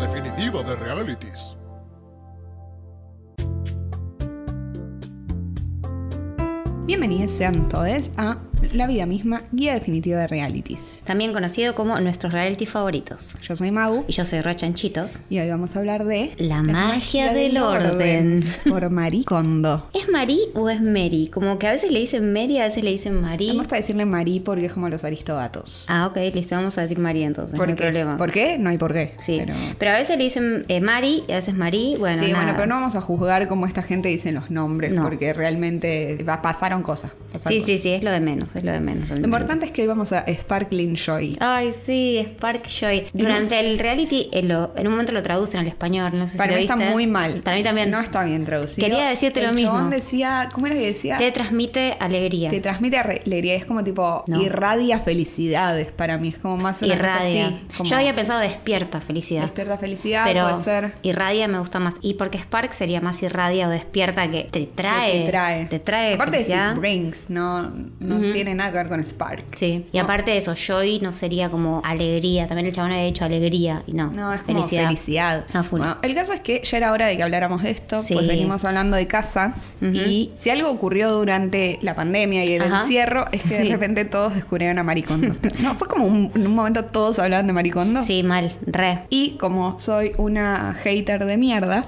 mundo de realities. Bienvenidos sean todos a La Vida Misma, Guía Definitiva de Realities. También conocido como nuestros reality favoritos. Yo soy Magu Y yo soy Rochanchitos. y hoy vamos a hablar de La magia del orden. por Marie Kondo. ¿Es Marí o es Mary? Como que a veces le dicen Mary, a veces le dicen Marí. Vamos a decirle Marie porque es como los aristogatos. Ah, ok, listo, vamos a decir Marí entonces. no hay Porque, problema. ¿Por qué? No hay por qué. Sí, pero... Pero, a veces le dicen eh, Mari y a veces Marí. Bueno, sí, nada. bueno, pero no vamos a juzgar cómo esta gente dice los nombres No. porque realmente va- pasaron cosas. pasaron Sí, cosas. sí, sí, es lo de menos, es lo de menos. Lo realmente. importante es que hoy vamos a Sparkling Joy. Ay, sí, Spark Joy. Durante el reality, eh, lo- en un momento lo traducen al español, no sé Para si lo mí está viste. muy mal. Para mí también. No está bien traducido. Quería decirte El lo mismo. chabón decía, ¿cómo era que decía? Te transmite alegría. Te transmite alegría, es como tipo No. irradia felicidades para mí, es como más una irradia. cosa así. como Yo había pensado despierta felicidad. despierta felicidad, pero puede ser. irradia me gusta más. Y porque Spark sería más irradia o despierta que te trae. que te trae. Te trae Aparte de decir felicidad. brings, no, no tiene nada que ver con Spark. Sí. Y aparte de eso, joy no sería como alegría. También el chabón había dicho alegría y no. No, es como felicidad. Ah, full. Bueno, el caso es que ya era hora de que habláramos de esto, Sí. pues venimos hablando de casas y si algo ocurrió durante la pandemia y el Ajá. encierro es que de Sí. repente todos descubrieron a Maricondo. no, fue como un, en un momento todos hablaban de Maricondo. Sí, mal, re. Y como soy una hater de mierda,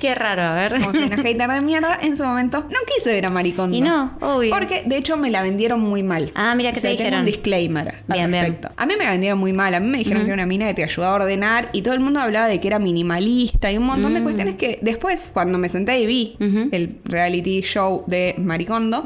Qué raro, a ver. como soy una hater de mierda, en su momento no quise ver a Maricondo. Y no, obvio. Porque de hecho me la vendieron muy mal. Ah, mira, ¿qué O sea, te tengo dijeron? un disclaimer al Bien, bien. respecto. A mí me la vendieron muy mal. A mí me dijeron que era una mina que te ayudaba a ordenar y todo el mundo hablaba de que era minimalista y un montón Mm. de cuestiones que después, cuando me senté y vi el reality show de Maricondo,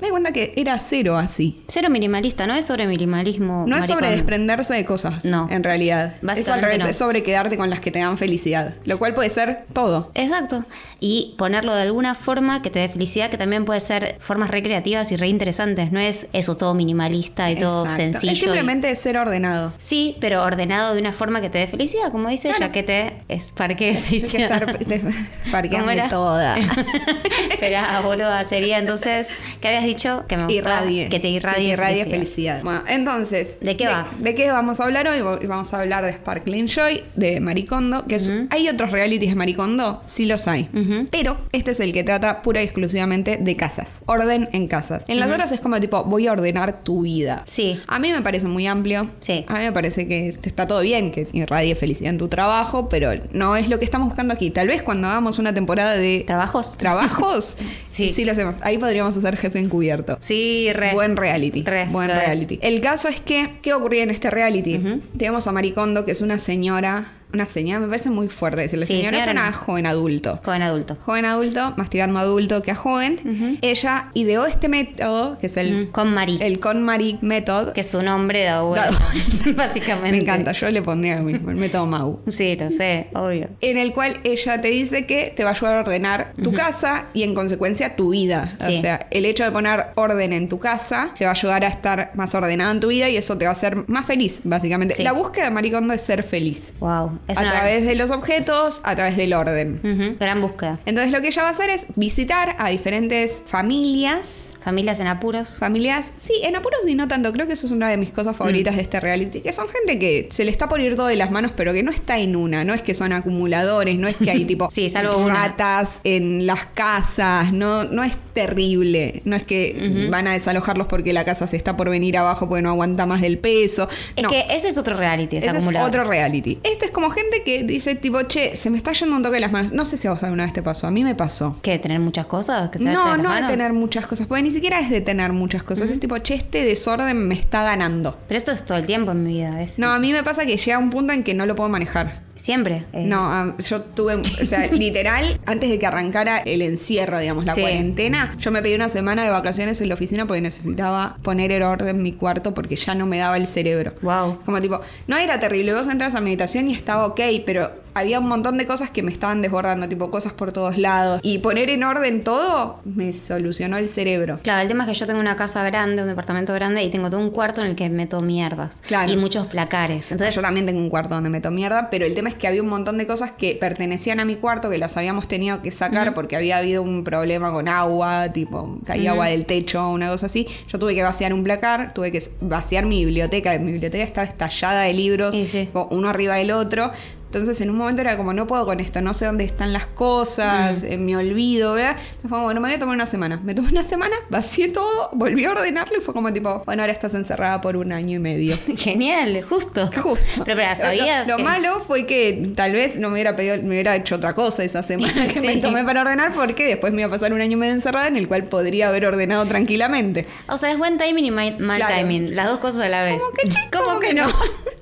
me di cuenta que era cero así. Cero minimalista, no es sobre minimalismo. No es sobre maricón. desprenderse de cosas, No. en realidad. Es al Básicamente revés, no. es sobre quedarte con las que te dan felicidad, lo cual puede ser todo. Exacto. Y ponerlo de alguna forma que te dé felicidad, que también puede ser formas recreativas y reinteresantes. No es eso todo minimalista y todo Exacto. sencillo. Es y- simplemente ser ordenado. Sí, pero ordenado de una forma que te dé felicidad, como dice Claro. ella, que te es parque Hay que felicidad. estar de- ¿Cómo parqueando era? toda. Espera, ah, boluda, sería entonces, ¿qué habías dicho? Que me gustaba, Irradie. Que te irradie, felicidad. felicidad. Bueno, entonces. ¿De qué va? ¿De qué vamos a hablar hoy? Hoy Vamos a hablar de Sparkling Joy, de Maricondo, que es- hay otros realities de Maricondo, sí los hay. Pero este es el que trata pura y exclusivamente de casas. Orden en casas. En las otras es como tipo, voy a ordenar tu vida. Sí. A mí me parece muy amplio. Sí. A mí me parece que está todo bien que irradie felicidad en tu trabajo, pero no es lo que estamos buscando aquí. Tal vez cuando hagamos una temporada de ¿Trabajos? trabajos, Sí. sí lo hacemos. Ahí podríamos hacer jefe encubierto. Sí, re. Buen reality. Re, buen lo es. reality. El caso es que, ¿qué ocurría en este reality? Tenemos a Maricondo, que es una señora, una señora, me parece muy fuerte decirle Sí, señora, es señora una no. joven adulto. Joven adulto. Joven adulto, más tirando a adulto que a joven. Ella ideó este método, que es el, Mm, Con Marí, el Con Marie Method. que es su nombre de abuelo, Dado. básicamente. me encanta, yo le pondría el mismo, el método Mau. Sí, lo sé, obvio. en el cual ella te dice que te va a ayudar a ordenar tu casa y en consecuencia tu vida. Sí. O sea, el hecho de poner orden en tu casa te va a ayudar a estar más ordenado en tu vida y eso te va a hacer más feliz, básicamente. Sí. La búsqueda de Maricondo es ser feliz. Wow. Es a una través de los objetos, a través del orden. Ujú, gran búsqueda. Entonces lo que ella va a hacer es visitar a diferentes familias Familias en apuros. familias. Sí, en apuros y no tanto. Creo que eso es una de mis Mm. cosas favoritas de este reality. Que son gente que se le está por ir todo de las manos, pero que no está en una. No es que son acumuladores, no es que hay tipo Sí, salvo una. ratas en las casas. No, no es terrible. No es que van a desalojarlos porque la casa se está por venir abajo porque no aguanta más del peso. Es no. que ese es otro reality, es Ese es acumulado. otro reality. Este es como gente que dice tipo, che, se me está yendo un toque de las manos. No sé si a vos alguna vez te pasó, a mí me pasó. ¿Qué? ¿Tener muchas cosas? ¿Que se vayan No, de las no de manos? tener muchas cosas. Porque ni siquiera es de tener muchas cosas. Es tipo, che, este desorden me está ganando. Pero esto es todo el tiempo en mi vida. Es No, a mí me pasa que llega un punto en que no lo puedo manejar. Siempre. eh, No, ah, yo tuve, o sea, literal, antes de que arrancara el encierro, digamos, la Sí. cuarentena, yo me pedí una semana de vacaciones en la oficina porque necesitaba poner el orden en mi cuarto porque ya no me daba el cerebro. Wow. Como tipo, no era terrible, vos entras a mi habitación y estaba ok, pero había un montón de cosas que me estaban desbordando, tipo cosas por todos lados. Y poner en orden todo me solucionó el cerebro. Claro, el tema es que yo tengo una casa grande, un departamento grande y tengo todo un cuarto en el que meto mierdas. Claro. Y muchos placares. Entonces, Yo también tengo un cuarto donde meto mierda, pero el tema es que había un montón de cosas que pertenecían a mi cuarto que las habíamos tenido que sacar porque había habido un problema con agua, tipo, caía agua del techo, una cosa así. Yo tuve que vaciar un placar, tuve que vaciar mi biblioteca. Mi biblioteca estaba estallada de libros, Sí, sí. tipo, uno arriba del otro. Entonces en un momento era como, no puedo con esto, no sé dónde están las cosas, eh, me olvido, ¿verdad? Entonces fue como, bueno, me voy a tomar una semana. Me tomé una semana, vacié todo, volví a ordenarlo y fue como tipo, bueno, ahora estás encerrada por un año y medio. Genial, justo. Justo. Pero, pero, Lo- ¿sabías? Lo, que- malo fue que tal vez no me hubiera pedido, me hubiera hecho otra cosa esa semana que me Sí. tomé para ordenar, porque después me iba a pasar un año medio encerrada en el cual podría haber ordenado tranquilamente. O sea, es buen timing y ma- mal Claro. timing. Las dos cosas a la vez. Como que sí, ¿Cómo como que que no? no.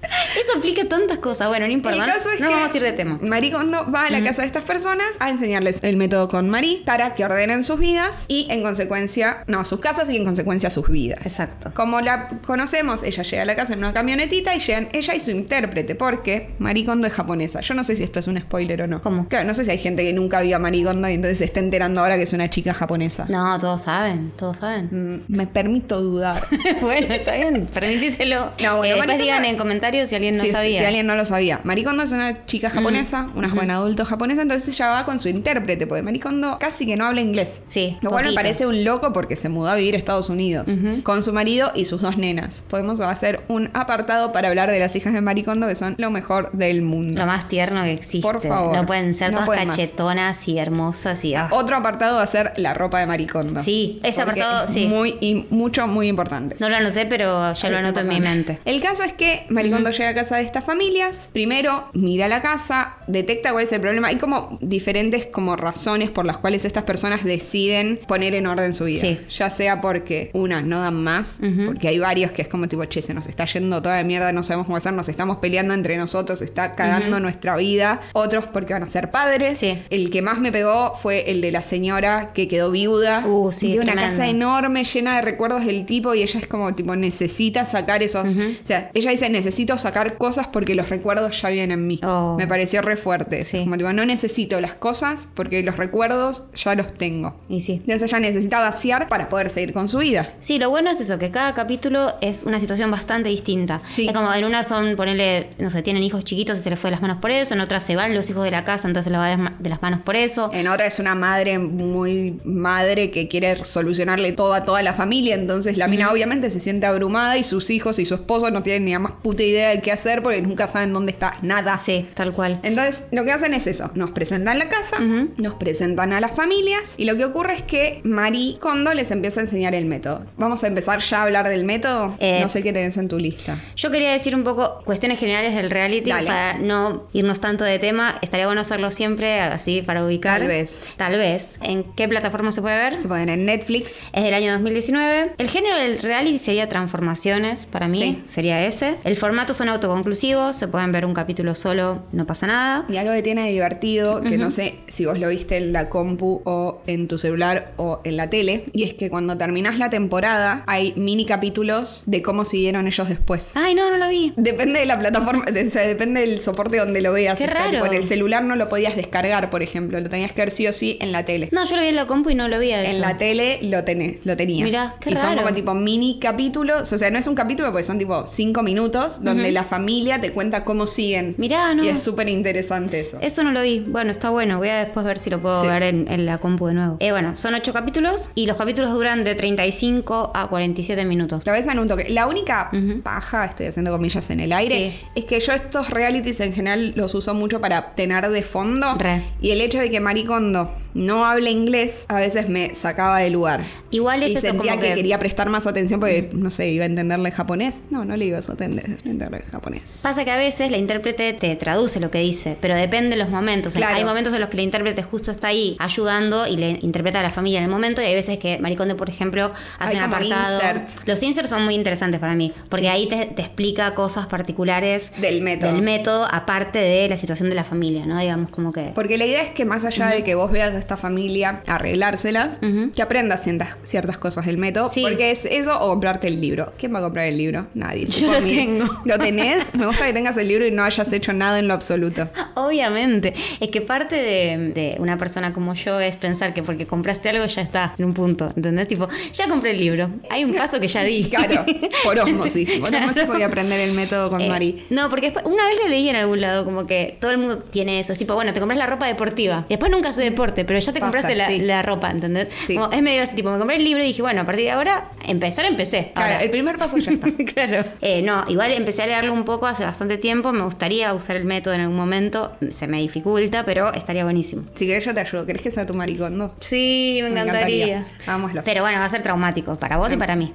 Eso implica tantas cosas. Bueno, no importa. El caso es no que vamos a ir de tema. Maricondo va a la casa de estas personas a enseñarles el método con Marie para que ordenen sus vidas y en consecuencia, no, sus casas y en consecuencia sus vidas. Exacto. Como la conocemos, ella llega a la casa en una camionetita y llegan ella y su intérprete, porque Maricondo es japonesa. Yo no sé si esto es un spoiler o no. ¿Cómo? Claro, no sé si hay gente que nunca vio a Maricondo y entonces se está enterando ahora que es una chica japonesa. No, todos saben, todos saben. Mm, Me permito dudar. bueno, está bien, permitítelo. No, bueno, Eh, después Maricondo- digan en comentarios si alguien no si, sabía. Mm. si alguien no lo sabía. Maricondo es una chica japonesa, una joven adulto japonesa, entonces ella va con su intérprete, porque Maricondo casi que no habla inglés. Sí, Lo cual me poquito. parece un loco porque se mudó a vivir a Estados Unidos con su marido y sus dos nenas. Podemos hacer un apartado para hablar de las hijas de Maricondo, que son lo mejor del mundo. Lo más tierno que existe. Por favor. No pueden ser No todas pueden más. Oh. cachetonas y hermosas y. ah. Otro apartado va a ser la ropa de Maricondo. Sí, ese Porque apartado, es sí. Muy, y mucho, muy importante. No lo anoté, pero ya lo Es anoto en mi importante. mente. El caso es que Maricondo llega a casa de estas familias, primero mira la casa, detecta cuál es el problema. Hay como diferentes como razones por las cuales estas personas deciden poner en orden su vida. Sí. Ya sea porque una no dan más, porque hay varios que es como tipo, che, se nos está yendo toda de mierda, no sabemos cómo hacer, nos estamos peleando entre nosotros, está cagando nuestra vida. Otros porque van a ser padres. Sí. El que más me pegó fue el de la señora que quedó viuda. Uh, sí, de una tremendo. casa enorme enorme, llena de recuerdos del tipo y ella es como tipo necesita sacar esos, o sea, ella dice necesito sacar cosas porque los recuerdos ya vienen en mí. Oh. Me pareció re fuerte. Sí. Como tipo, no necesito las cosas porque los recuerdos ya los tengo. Y sí. Entonces ella necesita vaciar para poder seguir con su vida. Sí, lo bueno es eso, que cada capítulo es una situación bastante distinta. Sí. Es como en una son, ponerle, no sé, tienen hijos chiquitos y se les fue de las manos por eso, en otra se van los hijos de la casa, entonces se les va de las ma- de las manos por eso. En otra es una madre muy madre que quiere solucionarle todo a toda la familia. Entonces la mina obviamente se siente abrumada y sus hijos y su esposo no tienen ni la más puta idea de qué hacer porque nunca saben dónde está nada. Sí, tal cual. Entonces, lo que hacen es eso: nos presentan la casa, nos presentan a las familias, y lo que ocurre es que Marie Kondo les empieza a enseñar el método. Vamos a empezar ya a hablar del método. Eh, no sé qué tenés en tu lista. Yo quería decir un poco cuestiones generales del reality Dale. para no irnos tanto de tema. Estaría bueno hacerlo siempre, así para ubicar. Tal vez. Tal vez. ¿En qué plataforma se puede ver? Se ponen en Netflix. Es del año 2019. El género del reality sería transformaciones, para mí Sí. sería ese. El formato son autoconclusivos, se pueden ver un capítulo solo, no pasa nada. Y algo que tiene de divertido, que no sé si vos lo viste en la compu o en tu celular o en la tele, y es que cuando terminás la temporada hay mini capítulos de cómo siguieron ellos después. Ay, no, no lo vi. Depende de la plataforma, de- o sea, depende del soporte donde lo veas. Qué Está, raro. tipo, en el celular no lo podías descargar, por ejemplo. Lo tenías que ver sí o sí en la tele. No, yo lo vi en la compu y no lo vi a eso. En la tele lo tenés, lo tenía. Mirá, qué y son raro. como tipo mini capítulos. O sea, no es un capítulo porque son tipo cinco minutos donde la familia te cuenta cómo siguen. Mirá, no. Y es súper interesante eso. Eso no lo vi. Bueno, está bueno. Voy a después ver si lo puedo Sí. ver en, en la compu de nuevo. Eh, bueno, son ocho capítulos y los capítulos duran de 35 a 47 minutos. Lo ves en un toque. La única paja, estoy haciendo comillas en el aire, Sí. es que yo estos realities en general los uso mucho para tener de fondo. Re. Y el hecho de que Maricondo no hable inglés a veces me sacaba de lugar. Igual es y eso sentía como que... que- quería prestar más atención porque, no sé, iba a entenderle japonés. No, no le ibas a entender, entenderle japonés. Pasa que a veces la intérprete te traduce lo que dice, pero depende de los momentos. O sea, Claro. Hay momentos en los que la intérprete justo está ahí ayudando y le interpreta a la familia en el momento, y hay veces que Mariconde, por ejemplo, hace Hay un como apartado. inserts. Los inserts son muy interesantes para mí, porque ahí te, te explica cosas particulares Del método. del método, aparte de la situación de la familia, ¿no? Digamos como que. Porque la idea es que más allá de que vos veas a esta familia arreglárselas, que aprendas ciertas, ciertas cosas del método. Sí. Porque es eso o comprarte el libro. ¿Quién va a comprar el libro? Nadie. Yo tipo lo a mí. tengo. ¿Lo tenés? Me gusta que tengas el libro y no hayas hecho nada en lo absoluto. Obviamente. Es que parte de, de una persona como yo es pensar que porque compraste algo ya está en un punto. ¿Entendés? Tipo, ya compré el libro. Hay un paso que ya di. Claro, por osmosis. Por Claro. osmosis podía aprender el método con Eh, Mari. No, porque después- una vez lo leí en algún lado, como que todo el mundo tiene eso. Es tipo, bueno, te compras la ropa deportiva. Después nunca hace deporte, pero pero ya te Pasa, compraste la, sí. la ropa, ¿entendés? Sí. Como, es medio así, tipo, me compré el libro y dije, bueno, a partir de ahora, empezar, empecé. Claro, Ahora. el primer paso ya está. claro. Eh, no, igual empecé a leerlo un poco hace bastante tiempo. Me gustaría usar el método en algún momento. Se me dificulta, pero estaría buenísimo. Si querés yo te ayudo. ¿Querés que sea tu maricondo? Sí, me Me encantaría. encantaría. Vámonos. Pero bueno, va a ser traumático para vos y para mí.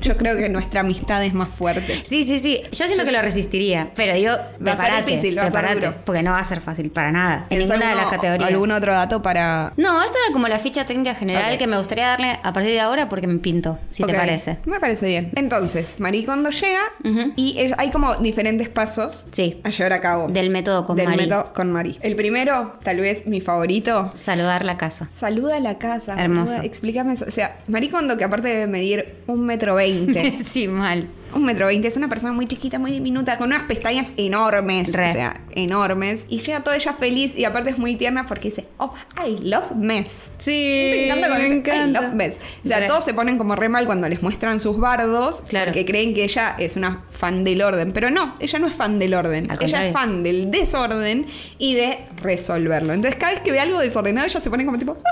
Yo creo que nuestra amistad es más fuerte. Sí, sí, sí. Yo siento que lo resistiría, pero digo, Va a ser preparate, difícil, va a ser preparate, duro. porque no va a ser fácil para nada. En ¿Pensás ninguna de uno- las categorías. ¿Algún otro dato para...? No, eso era como la ficha técnica general Ok. que me gustaría darle a partir de ahora porque me pinto, si Ok, te parece. Me parece bien. Entonces, maricondo llega y es- hay como diferentes pasos Sí. a llevar a cabo. Del método con del Mari. método con Mari. El primero, tal vez mi favorito, Saludar la casa. Saluda a la casa. Hermoso. boluda, explícame eso. O sea, Maricondo, que aparte debe medir un metro veinte. sí, mal. un metro veinte. Es una persona muy chiquita, muy diminuta, con unas pestañas enormes. Re. O sea, enormes. Y llega toda ella feliz y aparte es muy tierna porque dice, oh, I love mess. Sí, Me encanta cuando dice, "I love mess". O sea, Re. todos se ponen como re mal cuando les muestran sus bardos. Claro. Porque creen que ella es una fan del orden. Pero no, ella no es fan del orden. Al ella contrario. es fan del desorden y de resolverlo. Entonces, cada vez que ve algo desordenado, ella se pone como tipo.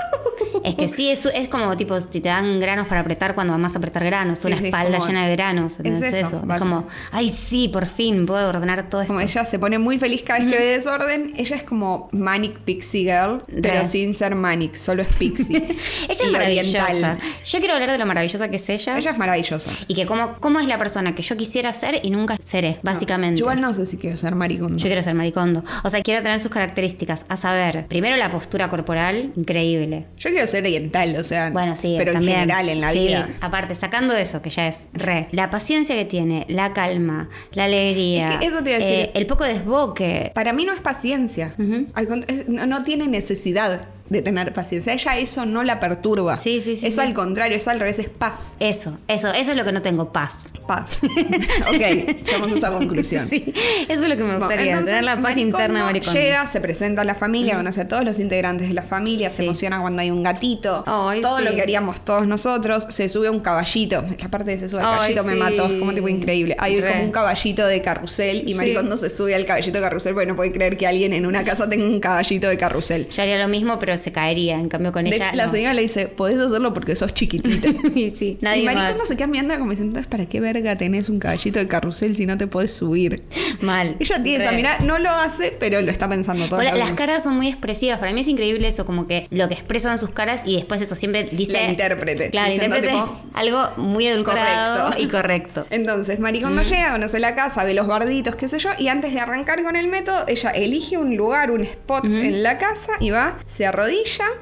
Es que sí, es, es como tipo, si te dan granos para apretar cuando mamás a apretar granos, Sí, una sí, es espalda como- llena de granos. es ¿entendés? eso, eso. vas- Es como, ay, sí, por fin puedo ordenar todo esto. Como ella se pone muy feliz cada vez que ve desorden. Ella es como Manic Pixie Girl, pero Re. sin ser Manic, solo es Pixie. Ella es Y maravillosa. oriental. Yo quiero hablar de lo maravillosa que es ella. Ella es maravillosa. y que cómo, cómo es la persona que yo quisiera ser y nunca seré, básicamente. Yo Ah, igual no sé si quiero ser maricondo. Yo quiero ser maricondo. O sea, quiero tener sus características. A saber, primero la postura corporal, increíble. Yo quiero ser oriental, o sea, Bueno, sí, pero también. en general en la Sí, vida. Aparte, sacando eso, que ya es re. La paciencia que tiene, la calma, la alegría. Es que eso te iba a decir. eh, el poco desboque. Para mí no es paciencia. Al cont- es- no, no tiene necesidad de tener paciencia. Ella eso no la perturba. Sí, sí, sí, Es sí. al contrario, es al revés, es paz. Eso, eso, eso es lo que no tengo, paz. Paz. ok, llegamos a esa conclusión. Sí, eso es lo que me Bueno, gustaría, entonces, tener la paz Maricondo interna de maricondo. Llega, se presenta a la familia, conoce a todos los integrantes de la familia, se emociona cuando hay un gatito, Ay, todo sí. lo que haríamos todos nosotros, se sube a un caballito. La parte de se sube al Ay, caballito me sí. mató, es como tipo increíble. Hay Re. como un caballito de carrusel y Sí. Maricondo se sube al caballito de carrusel porque no puede creer que alguien en una casa tenga un caballito de carrusel. Yo haría lo mismo, pero se caería. En cambio, con De- ella. la no. señora le dice, podés hacerlo porque sos chiquitita. Y sí, y nadie Maricondo más. se queda mirando como diciendo, "Entonces, ¿para qué verga tenés un caballito de carrusel si no te podés subir? Mal. Ella tiene esa Re. mirada, no lo hace, pero lo está pensando todo. Hola, las caras son muy expresivas. Para mí es increíble eso, como que lo que expresan sus caras y después eso siempre dice. La intérprete, Claro, la diciendo, intérprete tipo, algo muy edulcorado correcto. y correcto. Mm. Entonces, Maricondo llega, conoce la casa, ve los barditos, qué sé yo, y antes de arrancar con el método, ella elige un lugar, un spot en la casa y va, se arrodilla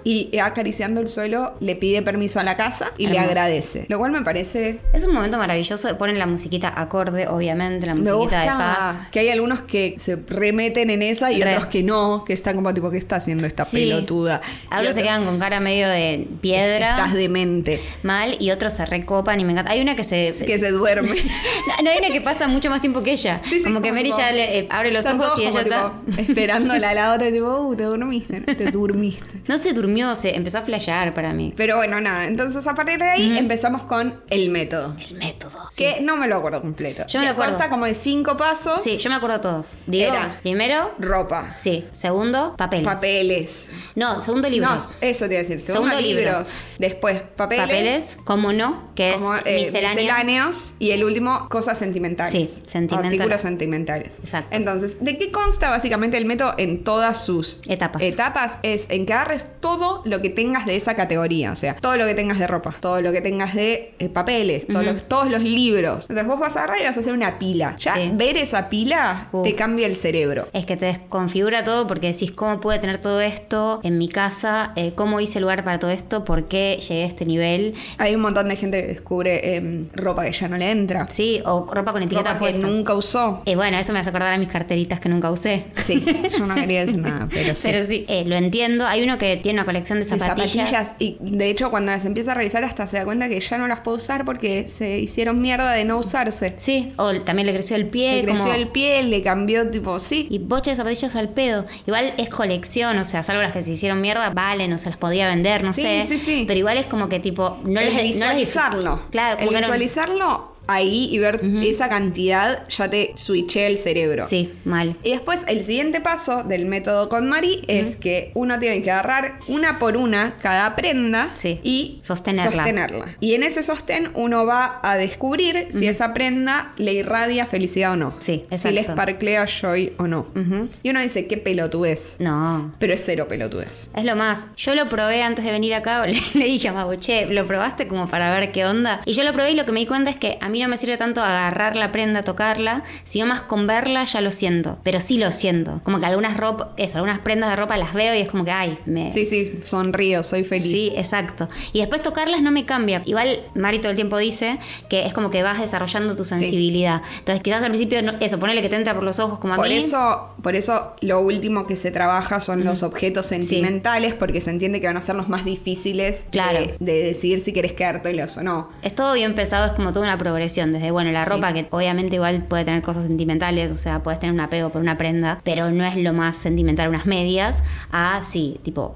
y eh, acariciando el suelo le pide permiso a la casa y le Hermoso. agradece. Lo cual me parece Es un momento maravilloso. Ponen la musiquita acorde, obviamente, la Me musiquita de paz. gusta que hay algunos que se remeten en esa y Re. otros que no, que están como tipo, ¿qué está haciendo esta Sí. pelotuda? Y Algunos se otros, quedan con cara medio de piedra. Estás demente. Mal y otros se recopan y me encanta. Hay una que se. Que se duerme. No, no, hay una que pasa mucho más tiempo que ella. Sí, sí, como que como Mary tipo- ya le, eh, abre los Están ojos todos y ella como, está. tipo, esperándola a la otra, tipo, uh, te dormiste, ¿no? te durmiste. No se durmió, se empezó a flashear para mí. Pero bueno, nada, entonces a partir de ahí empezamos con el método. El método. Que no me lo acuerdo completo. Yo me Que lo acuerdo. Consta como de cinco pasos. Sí, yo me acuerdo todos. Digo, Era. primero, Ropa, sí. Segundo, papeles. papeles. No, segundo, No, libros. eso te iba a decir. Segundo, Segundo, libros. libros. Después, papeles. Papeles, como no, que es como eh, misceláneo. misceláneos y el último cosas sentimentales Sí, sentimental. artículos sentimentales Exacto. entonces de qué consta básicamente el método en todas sus Etapas. etapas es en que agarres todo lo que tengas de esa categoría o sea todo lo que tengas de ropa todo lo que tengas de eh, papeles todo lo- todos los libros entonces vos vas a agarrar y vas a hacer una pila ya Sí. ver esa pila Uh. te cambia el cerebro Es que te desconfigura todo porque decís, ¿cómo pude tener todo esto en mi casa? Eh, ¿Cómo hice lugar para todo esto? ¿Por qué llegué a este nivel? hay un montón de gente que descubre em, ropa que ya no le entra Sí, o ropa con etiqueta ropa que puesta. nunca usó Eh, bueno, eso me hace acordar a mis carteritas que nunca usé. sí yo no quería decir nada pero sí Eh. Pero sí, eh, lo entiendo. Hay uno que tiene una colección de de zapatillas. zapatillas. Y de hecho, cuando las empieza a revisar, hasta se da cuenta que ya no las puede usar porque se hicieron mierda de no usarse. Sí, o también le creció el pie. Le creció como- el pie, le cambió, tipo, sí. Y bocha de zapatillas al pedo. Igual es colección, o sea, salvo las que se hicieron mierda, valen o se las podía vender, no Sí, sé. sí, sí. Pero igual es como que tipo, no el les no les- visualizarlo. claro, como el que no- visualizarlo ahí y ver esa cantidad, ya te switché el cerebro. Sí, mal. Y después el siguiente paso del método con Mari es que uno tiene que agarrar una por una cada prenda Sí. y Sostenerla. sostenerla. Y en ese sostén uno va a descubrir si esa prenda le irradia felicidad o no. Sí, si exacto. le esparclea joy o no. Y uno dice, qué pelotudez. No. Pero es cero pelotudez. Es lo más. Yo lo probé antes de venir acá. Le, le dije a Mago, che, ¿lo probaste como para ver qué onda? Y yo lo probé y lo que me di cuenta es que a mí no me sirve tanto agarrar la prenda, tocarla, sino más con verla ya lo siento. Pero sí lo siento. Como que algunas ropa, eso, algunas prendas de ropa las veo y es como que, ay, me. Sí, sí, sonrío, soy feliz. Sí, exacto. Y después tocarlas no me cambia. Igual Mari todo el tiempo dice que es como que vas desarrollando tu sensibilidad. Entonces quizás al principio no- eso, ponerle que te entra por los ojos como a Por mí. eso, por eso lo último que se trabaja son los objetos sentimentales, porque se entiende que van a ser los más difíciles de- Claro. de, decidir si querés quedarte los o no. Es todo bien pensado, es como toda una progresión. Desde, bueno, la Sí. ropa, que obviamente igual puede tener cosas sentimentales, o sea, puedes tener un apego por una prenda, pero no es lo más sentimental unas medias, a sí, tipo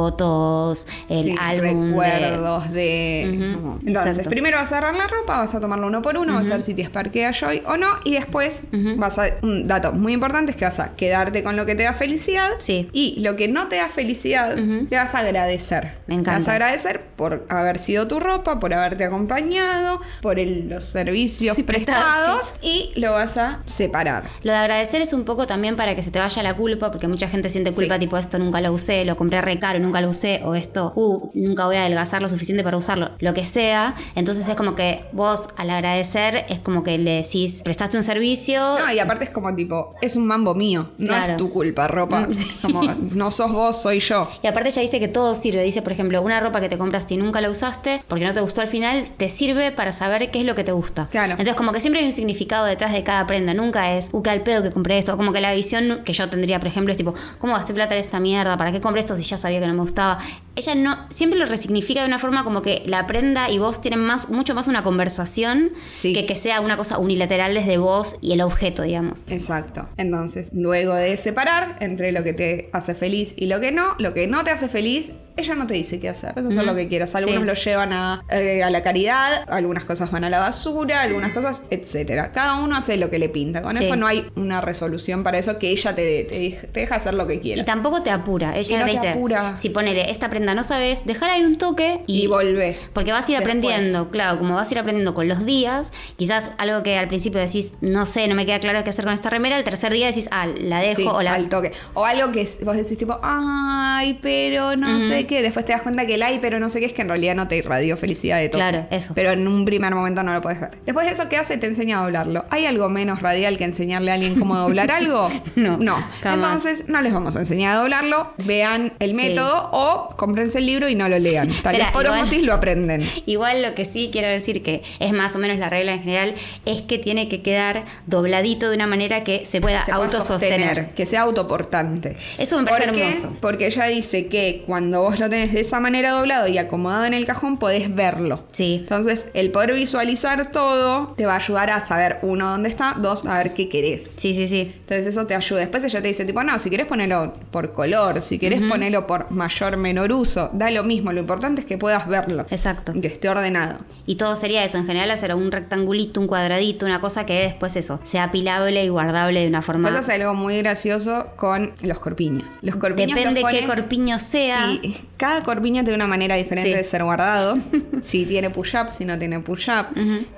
fotos, el Sí, álbum. de- recuerdos de. como- Entonces, exacto. primero vas a agarrar la ropa, vas a tomarlo uno por uno, vas a ver si te esparquea Joy o no, y después vas a. Un dato muy importante es que vas a quedarte con lo que te da felicidad Sí. y lo que no te da felicidad le vas a agradecer. Me Le Vas encanta. a agradecer por haber sido tu ropa, por haberte acompañado, por el- los servicios Sí, prestados, prestados y lo vas a separar. Lo de agradecer es un poco también para que se te vaya la culpa, porque mucha gente siente culpa, tipo, esto nunca lo usé, lo compré re caro, nunca lo usé, o esto, uh, nunca voy a adelgazar lo suficiente para usarlo, lo que sea. Entonces es como que vos al agradecer es como que le decís, prestaste un servicio. No, y aparte es como tipo, es un mambo mío, no Oh. Claro. es tu culpa, ropa. Mm, sí. Como, no sos vos, soy yo. Y aparte ella dice que todo sirve. Dice, por ejemplo, una ropa que te compraste y nunca la usaste porque no te gustó al final, te sirve para saber qué es lo que te gusta. Claro. Entonces, como que siempre hay un significado detrás de cada prenda. Nunca es, uh, qué al pedo que compré esto. Como que la visión que yo tendría, por ejemplo, es tipo, ¿cómo gasté plata en esta mierda? ¿Para qué compré esto si ya sabía que no me gustaba? Ella no, siempre lo resignifica de una forma como que la prenda y vos tienen más, mucho más una conversación Sí. que que sea una cosa unilateral desde vos y el objeto, digamos. Exacto. Entonces, luego de separar entre lo que te hace feliz y lo que no, lo que no te hace feliz, ella no te dice qué hacer. Eso es lo que quieras. Algunos Sí. lo llevan a, eh, a la caridad, algunas cosas van a la basura, algunas cosas, etcétera. Cada uno hace lo que le pinta. Con Sí. eso no hay una resolución para eso que ella te, dé, te, dej- te deja hacer lo que Y quieras. tampoco te apura. Ella Y no te te dice, apura. si ponele esta prenda no sabes, dejar ahí un toque Y, y, volvé. Porque vas a ir Después. aprendiendo, claro, como vas a ir aprendiendo con los días, quizás algo que al principio decís, no sé, no me queda claro qué hacer con esta remera, el tercer día decís, ah, la dejo Sí, o la... al toque. O algo que vos decís tipo, ay, pero no sé qué. Después te das cuenta que el ay, pero no sé qué es que en realidad no te irradió felicidad de todo. Claro, eso. Pero en un primer momento no lo puedes ver. Después de eso, ¿qué hace? Te enseña a doblarlo. ¿Hay algo menos radial que enseñarle a alguien cómo doblar algo? No, No. jamás. Entonces, no les vamos a enseñar a doblarlo. Vean el Sí. método o cómprense el libro y no lo lean. Tal vez Espera, por igual- osmosis lo aprenden. Igual lo que sí quiero decir que es más o menos la regla en general es que tiene que quedar dobladito de una manera que se pueda se pueda autosostener. sostener, que sea autoportante. Eso me parece ¿Por qué? hermoso. Porque ella dice que cuando vos lo tenés de esa manera doblado y acomodado en el cajón, podés verlo. Sí. Entonces, el poder visualizar todo te va a ayudar a saber, uno, dónde está, dos, a ver qué querés. Sí, sí, sí. Entonces eso te ayuda. Después ella te dice, tipo, no, si querés ponerlo por color, si querés ponerlo por mayor, menor uso, da lo mismo. Lo importante es que puedas verlo. Exacto. Que esté ordenado. Y todo sería eso, en general hacer un rectangulito, un cuadradito, una cosa que después eso, sea apilable y guardable de una forma... Después hace algo muy gracioso con los corpiños. Los corpiños Depende los qué pones- corpiño sea. Sí, cada corpiño tiene una manera diferente Sí. de ser guardado. si tiene push-up, si no tiene push-up.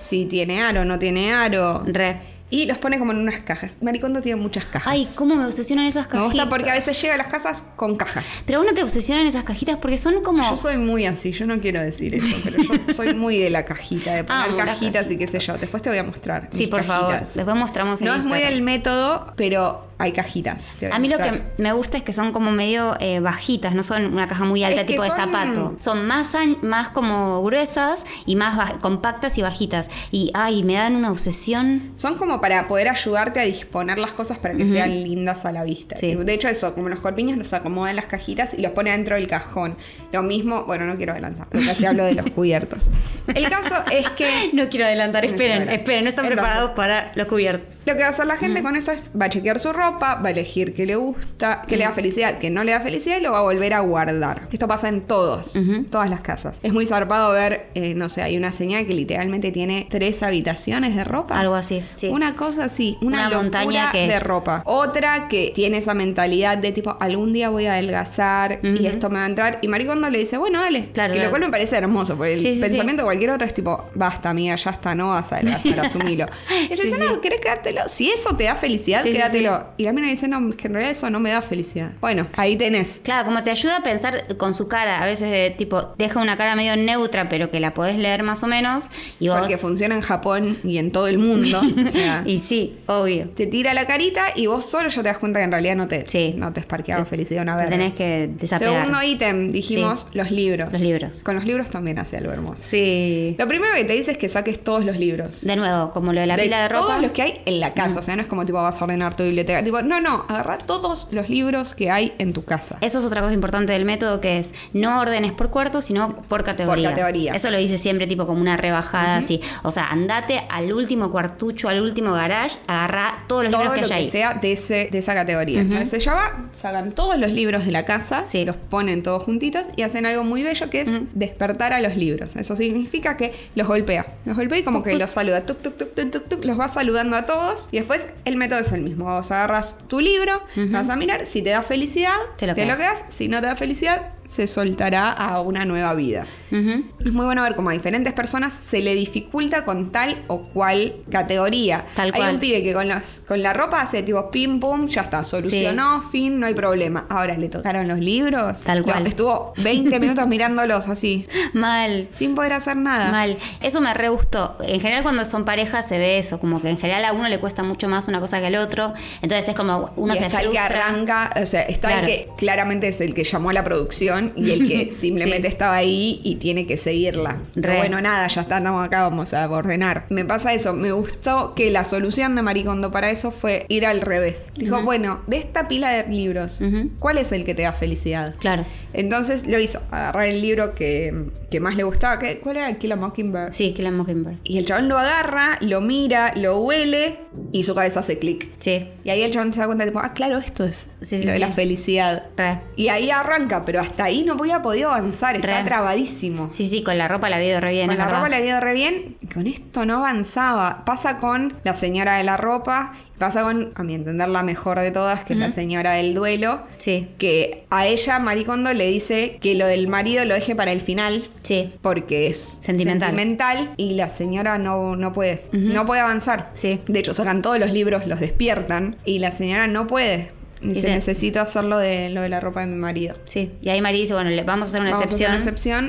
Si tiene aro, no tiene aro. Re. Y los pone como en unas cajas. Maricondo tiene muchas cajas. Ay, cómo me obsesionan esas Me cajitas. gusta porque a veces llega a las casas con cajas. Pero a uno te obsesionan esas cajitas porque son como. Yo soy muy así, yo no quiero decir eso, pero yo soy muy de la cajita, de poner Amo las cajitas y qué sé yo. Después te voy a mostrar. sí, mis por favor. cajitas. Después mostramos en No es muy Instagram. del método, pero hay cajitas. Te voy A mí lo mostrar. que me gusta es que son como medio eh, bajitas, no son una caja muy alta Es que tipo de son- zapato. Son más, an- más como gruesas y más ba- compactas y bajitas. Y ay, me dan una obsesión. Son como para poder ayudarte a disponer las cosas para que sean lindas a la vista. Sí. De hecho, eso, como los corpiños los acomoda en las cajitas y los pone dentro del cajón. Lo mismo, bueno, no quiero adelantar, porque así hablo de los cubiertos. El caso es que No quiero adelantar, No quiero adelantar. Entonces- para los cubiertos. Mm. lo que va a hacer la gente con esto es va a chequear su ropa, va a elegir qué le gusta, qué le Mm. da felicidad, qué no le da felicidad y lo va a volver a guardar. Esto pasa en todos, todas las casas. Es muy zarpado ver, eh, no sé, hay una señal que literalmente tiene tres habitaciones de ropa. Algo así, sí. Una cosa así, una, Una montaña montaña que de es- ropa. Otra que tiene esa mentalidad de tipo, algún día voy a adelgazar y esto me va a entrar. Y Maricondo le dice, bueno, dale. Claro, que claro. lo cual me parece hermoso, porque el Sí, sí, sí. pensamiento de cualquier otro es tipo, basta, amiga, ya está, no vas a adelgazar, asumilo. Y dice, Sí, "Yo sí. no, ¿querés quedártelo? Si eso te da felicidad, Sí, sí, quédatelo. Y la mina dice, no, es que en realidad eso no me da felicidad. Bueno, ahí tenés. Claro, como te ayuda a pensar con su cara, a veces de tipo, deja una cara medio neutra, pero que la podés leer más o menos, y vos... Porque funciona en Japón y en todo el mundo. o sea, y sí, obvio. te tira la carita y vos solo ya te das cuenta que en realidad no te, Sí. no te esparqueaba felicidad una Te vez. tenés que desapegar. Segundo ítem, dijimos los libros. Los libros. Con los libros también hace algo hermoso. Sí. Lo primero que te dice es que saques todos los libros. De nuevo, como lo de la pila de ropa. Todos los que hay en la casa. O sea, no es como tipo vas a ordenar tu biblioteca. Tipo, no, no, agarra todos los libros que hay en tu casa. Eso es otra cosa importante del método que es no ordenes por cuarto, sino por categoría. Por categoría. Eso lo dice siempre tipo como una rebajada así. O sea, andate al último cuartucho, al último garage, agarrá todos los todo libros que lo que haya ahí. sea de, ese, de esa categoría. Entonces ella va, sacan todos los libros de la casa, Sí. los ponen todos juntitos y hacen algo muy bello que es despertar a los libros. Eso significa que los golpea. Los golpea y como que los saluda. Tuc, tuc, tuc, tuc, tuc, tuc, los va saludando a todos. Y después el método es el mismo. Vos agarras tu libro, vas a mirar. Si te da felicidad, Te lo quedas. quedas. Si no te da felicidad, se soltará a una nueva vida. Ujú. Es muy bueno ver cómo a diferentes personas se le dificulta con tal o cual categoría. Tal Hay cual. un pibe que con, los- con la ropa hace tipo pim pum, ya está, solucionó, fin, no hay problema. Ahora le tocaron los libros. Tal No, cual. estuvo 20 minutos mirándolos así, Mal. sin poder hacer nada. Mal. Eso me re gustó. En general cuando son parejas se ve eso, como que en general a uno le cuesta mucho más una cosa que al otro. Entonces es como uno y se está el que frustra. arranca, o sea, está el Claro. que claramente es el que llamó a la producción y el que simplemente Sí. estaba ahí y tiene que seguirla. Pero Re. bueno, nada, ya está, estamos acá, vamos a ordenar. Me pasa eso, me gustó que la solución de Maricondo para eso fue ir al revés. Dijo, bueno, de esta pila de libros, ¿cuál es el que te da felicidad? Claro. Entonces lo hizo, agarrar el libro que, que más le gustaba, que, ¿cuál era? Kill a Mockingbird. Sí, Kill a Mockingbird. Y el chabón lo agarra, lo mira, lo huele y su cabeza hace clic. Sí. Y ahí el chabón se da cuenta, tipo, ah, claro, esto es Sí, sí, lo de sí. la felicidad. Re. Y ahí arranca, pero hasta ahí no había podido avanzar, está Re. trabadísimo. Sí, sí, con la ropa la veo re bien. con es la verdad. ropa le había ido re bien, y con esto no avanzaba. Pasa con la señora de la ropa, pasa con, a mi entender, la mejor de todas, que es la señora del duelo. Sí, Que a ella Maricondo le dice que lo del marido lo deje para el final sí, porque es Sentimental. sentimental y la señora no, no puede, no puede avanzar. Sí. De hecho, sacan todos los libros, los despiertan y la señora no puede. Dice, Dice- necesito hacerlo de lo de la ropa de mi marido. sí. Y ahí María dice, bueno, le vamos a hacer una Vamos a hacer excepción. una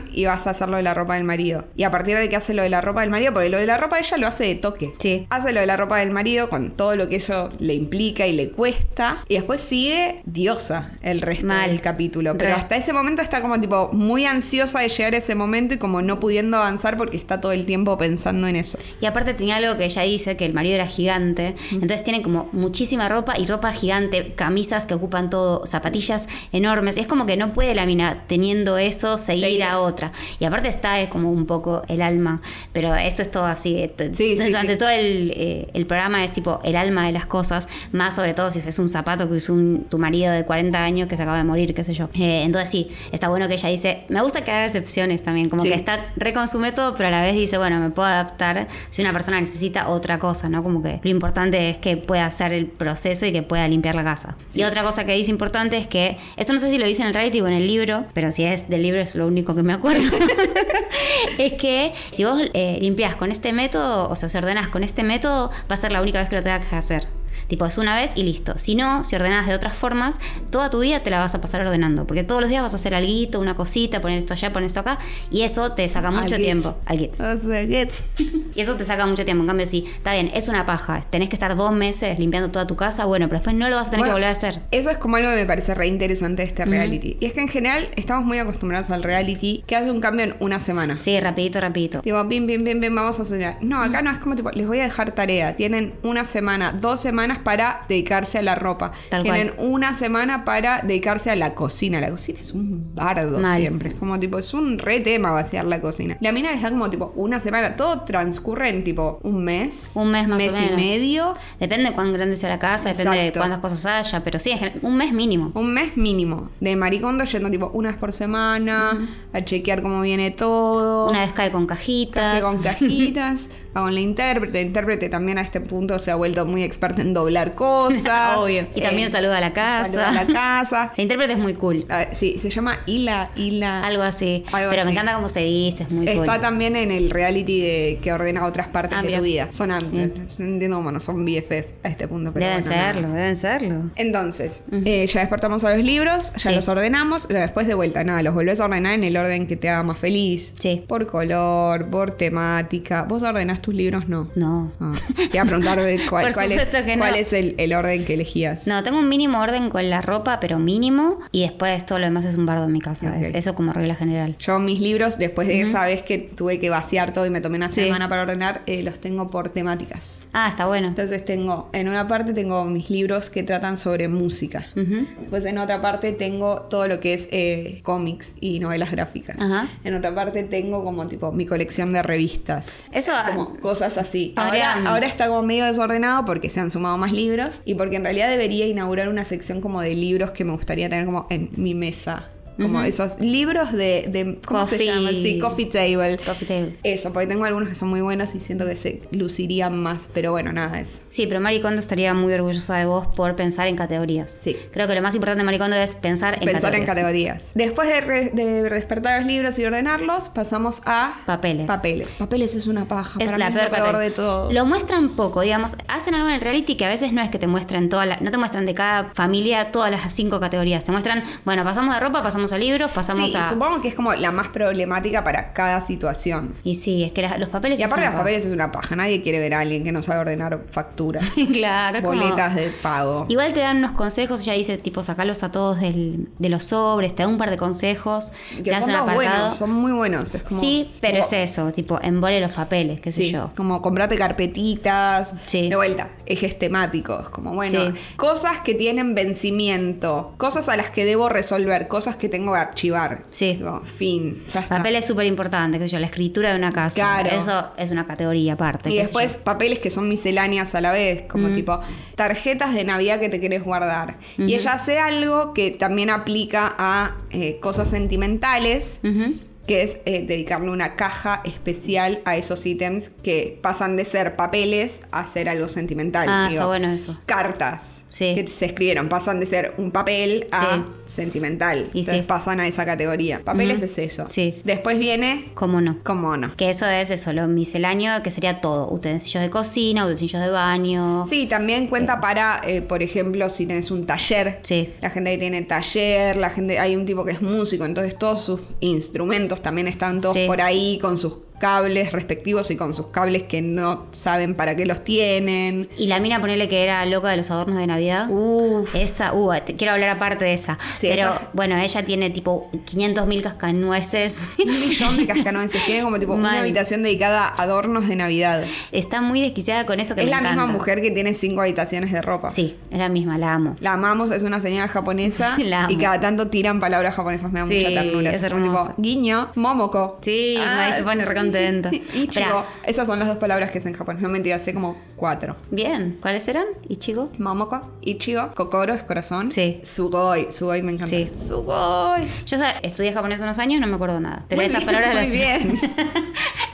excepción y vas a hacer lo de la ropa del marido. Y a partir de que hace lo de la ropa del marido, porque lo de la ropa ella lo hace de toque. Sí. Hace lo de la ropa del marido con todo lo que eso le implica y le cuesta. Y después sigue diosa el resto Mal. del capítulo. Pero Re. hasta ese momento está como tipo muy ansiosa de llegar a ese momento y como no pudiendo avanzar porque está todo el tiempo pensando en eso. Y aparte tenía algo que ella dice, que el marido era gigante. Entonces tiene como muchísima ropa y ropa gigante, camisas que ocupan todo, zapatillas enormes. Es como que no puede la mina teniendo eso seguir Seguir. a otra. Y aparte está es como un poco el alma. Pero esto es todo así. eh, t- Sí, sí, durante sí. todo el, eh, el programa es tipo el alma de las cosas. Más sobre todo si es un zapato que usó un- tu marido de 40 años que se acaba de morir, qué sé yo. Eh, entonces sí, está bueno que ella dice, me gusta que haga excepciones también. Como Sí. que está reconsume todo, pero a la vez dice, bueno, me puedo adaptar si una persona necesita otra cosa, ¿no? Como que lo importante es que pueda hacer el proceso y que pueda limpiar la casa. Y otra cosa que dice importante es que, esto no sé si lo dice en el reality o en el libro, pero si es del libro es lo único que me acuerdo, es que si vos eh, limpias con este método, o sea, si ordenás con este método, va a ser la única vez que lo tengas que hacer. Tipo, es una vez y listo. Si no, si ordenás de otras formas, toda tu vida te la vas a pasar ordenando. Porque todos los días vas a hacer alguito, una cosita, poner esto allá, poner esto acá. Y eso te saca Al mucho Ah. Gits. tiempo. Al Gits. O sea, gets. Y eso te saca mucho tiempo. En cambio, sí, está bien, es una paja. Tenés que estar dos meses limpiando toda tu casa. Bueno, pero después no lo vas a tener que Bueno, volver a hacer. Eso es como algo que me parece re interesante de este reality. Y es que en general estamos muy acostumbrados al reality que hace un cambio en una semana. semana. Sí, rapidito, rapidito. Tipo, pim, pim, pim, pim, vamos a soñar. No, acá no es como tipo, les voy a dejar tarea. Tienen una semana, dos semanas para dedicarse a la ropa. Tal Tienen cual. una semana para dedicarse a la cocina. La cocina es un bardo Mal. siempre. Es como tipo, es un re tema vaciar la cocina. La mina les da como tipo una semana. Todo transcurre en tipo un mes. Un mes más o menos. y medio. Depende de cuán grande sea la casa, depende de Exacto. cuántas cosas haya, pero sí, en general, un mes mínimo. Un mes mínimo de maricondo yendo tipo una vez por semana a chequear cómo viene todo. Una vez cae con Que cajitas. con cajitas, va con la intérprete. La intérprete también a este punto se ha vuelto muy experta en doblar cosas. Eh, Obvio. Y también saluda a la casa. Saluda a la casa. La intérprete es muy cool. La- sí, se llama Hila, Hila. Algo así. Algo pero así. me encanta cómo se viste, es muy cool. Está también en el reality de, que ordena otras partes Ah, de mira. tu vida. Son amplios. No entiendo cómo no son BFF a este punto. Pero Deben bueno, nada. serlo, deben serlo. Entonces, eh, ya despertamos a los libros, ya Sí. los ordenamos, pero después de vuelta, nada, los volvés a ordenar en el orden que te haga más feliz. Sí. Por color, por temática. ¿Vos ordenás tus libros? No. No. Ah, te iba a preguntar de cuál, Por cuál es, supuesto que no. cuál es el, el orden que elegías. No, tengo un mínimo orden con la ropa, pero mínimo. Y después todo lo demás es un bardo en mi casa. Ok. es- eso como regla general. Yo mis libros, después de esa vez que tuve que vaciar todo y me tomé una semana para ordenar, eh, los tengo por temáticas. Ah, está bueno. Entonces tengo, en una parte tengo mis libros que tratan sobre música. Ujú. Después en otra parte tengo todo lo que es eh, cómics y novelas gráficas. Ajá. En otra parte tengo como tipo mi colección de revistas. Eso. ah, Como cosas así. Podrían- Ahora, ahora está como medio desordenado porque se han sumado más libros y porque en realidad debería inaugurar una sección como de libros que me gustaría tener como en mi mesa. Como esos libros de, de- ¿cómo se Coffee. llama? Sí, coffee table. Coffee table. Eso, porque tengo algunos que son muy buenos y siento que se lucirían más, pero bueno, nada, es Sí, pero Maricondo estaría muy orgullosa de vos por pensar en categorías. Sí. Creo que lo más importante de Maricondo es pensar en pensar en categorías. categorías. Después de, re- de despertar los libros y ordenarlos, pasamos a Papeles. papeles. Papeles es una paja. Es Ah, para la mí peor, es lo peor categoría. de todo. Lo muestran poco, digamos. Hacen algo en el reality que a veces no es que te muestran toda la, no te muestran de cada familia todas las cinco categorías. Te muestran, bueno, pasamos de ropa, pasamos a libros, pasamos Sí, y a. supongo que es como la más problemática para cada situación. Y sí, es que las- los papeles. Y es aparte una los paja. papeles es una paja. Nadie quiere ver a alguien que no sabe ordenar facturas, claro, es como- boletas de pago. Igual te dan unos consejos, ella dice, tipo, sacalos a todos del- de los sobres, te da un par de consejos, te Que das son un todos apartado. buenos, son muy buenos. Es como, sí, pero como- es eso, tipo, embole los papeles, qué sé Sí, yo. como comprate carpetitas. Sí. De vuelta, ejes temáticos. Como bueno, Sí. cosas que tienen vencimiento, cosas a las que debo resolver, cosas que tengo que archivar. Sí. Digo, fin, ya está. Papel es súper importante, qué sé yo, la escritura de una casa. Claro. Eso es una categoría aparte. Y qué sé después yo. Mm. papeles que son misceláneas a la vez, como tipo tarjetas de Navidad que te querés guardar. Y ella hace algo que también aplica a eh, cosas sentimentales, Ujú. que es eh, dedicarle una caja especial a esos ítems que pasan de ser papeles a ser algo sentimental. Ah, Digo, está bueno eso. Cartas Sí. que se escribieron pasan de ser un papel a sentimental. Y Entonces sí. pasan a esa categoría. Papeles es eso. Sí. Después viene ¿Cómo no? como no. Que eso es eso, lo misceláneo, que sería todo. Utensilios de cocina, utensilios de baño. Sí, también cuenta para, eh, por ejemplo, si tenés un taller. Sí. La gente que tiene taller, la gente, hay un tipo que es músico, entonces todos sus instrumentos también están todos Sí. por ahí con sus cables respectivos y con sus cables que no saben para qué los tienen. Y la mina, ponele que era loca de los adornos de Navidad. Uf. Esa, uh, te- quiero hablar aparte de esa. Sí, pero esa. bueno, ella tiene tipo 500.000 cascanueces. Un millón de cascanueces. Tiene como tipo Mal. una habitación dedicada a adornos de Navidad. Está muy desquiciada con eso que es me la misma encanta. mujer que tiene cinco habitaciones de ropa. Sí, es la misma, la amo. La amamos, es una señora japonesa. La y amo. cada tanto tiran palabras japonesas, me da Sí, mucha ternura. es como tipo, hermosa. guiño, momoko. Sí, ahí se pone recontenta. Y chico, Esperá. esas son las dos palabras que es en japonés. No mentira, sé como cuatro. Bien, ¿cuáles eran? ¿Y chico? Momoko, Ichigo, Kokoro es corazón. Sí. Sugoi, Sugoi me encanta. Sí. Sugoi. Yo sa- estudié japonés unos años, no me acuerdo nada. Pero Muy esas bien, palabras muy las bien.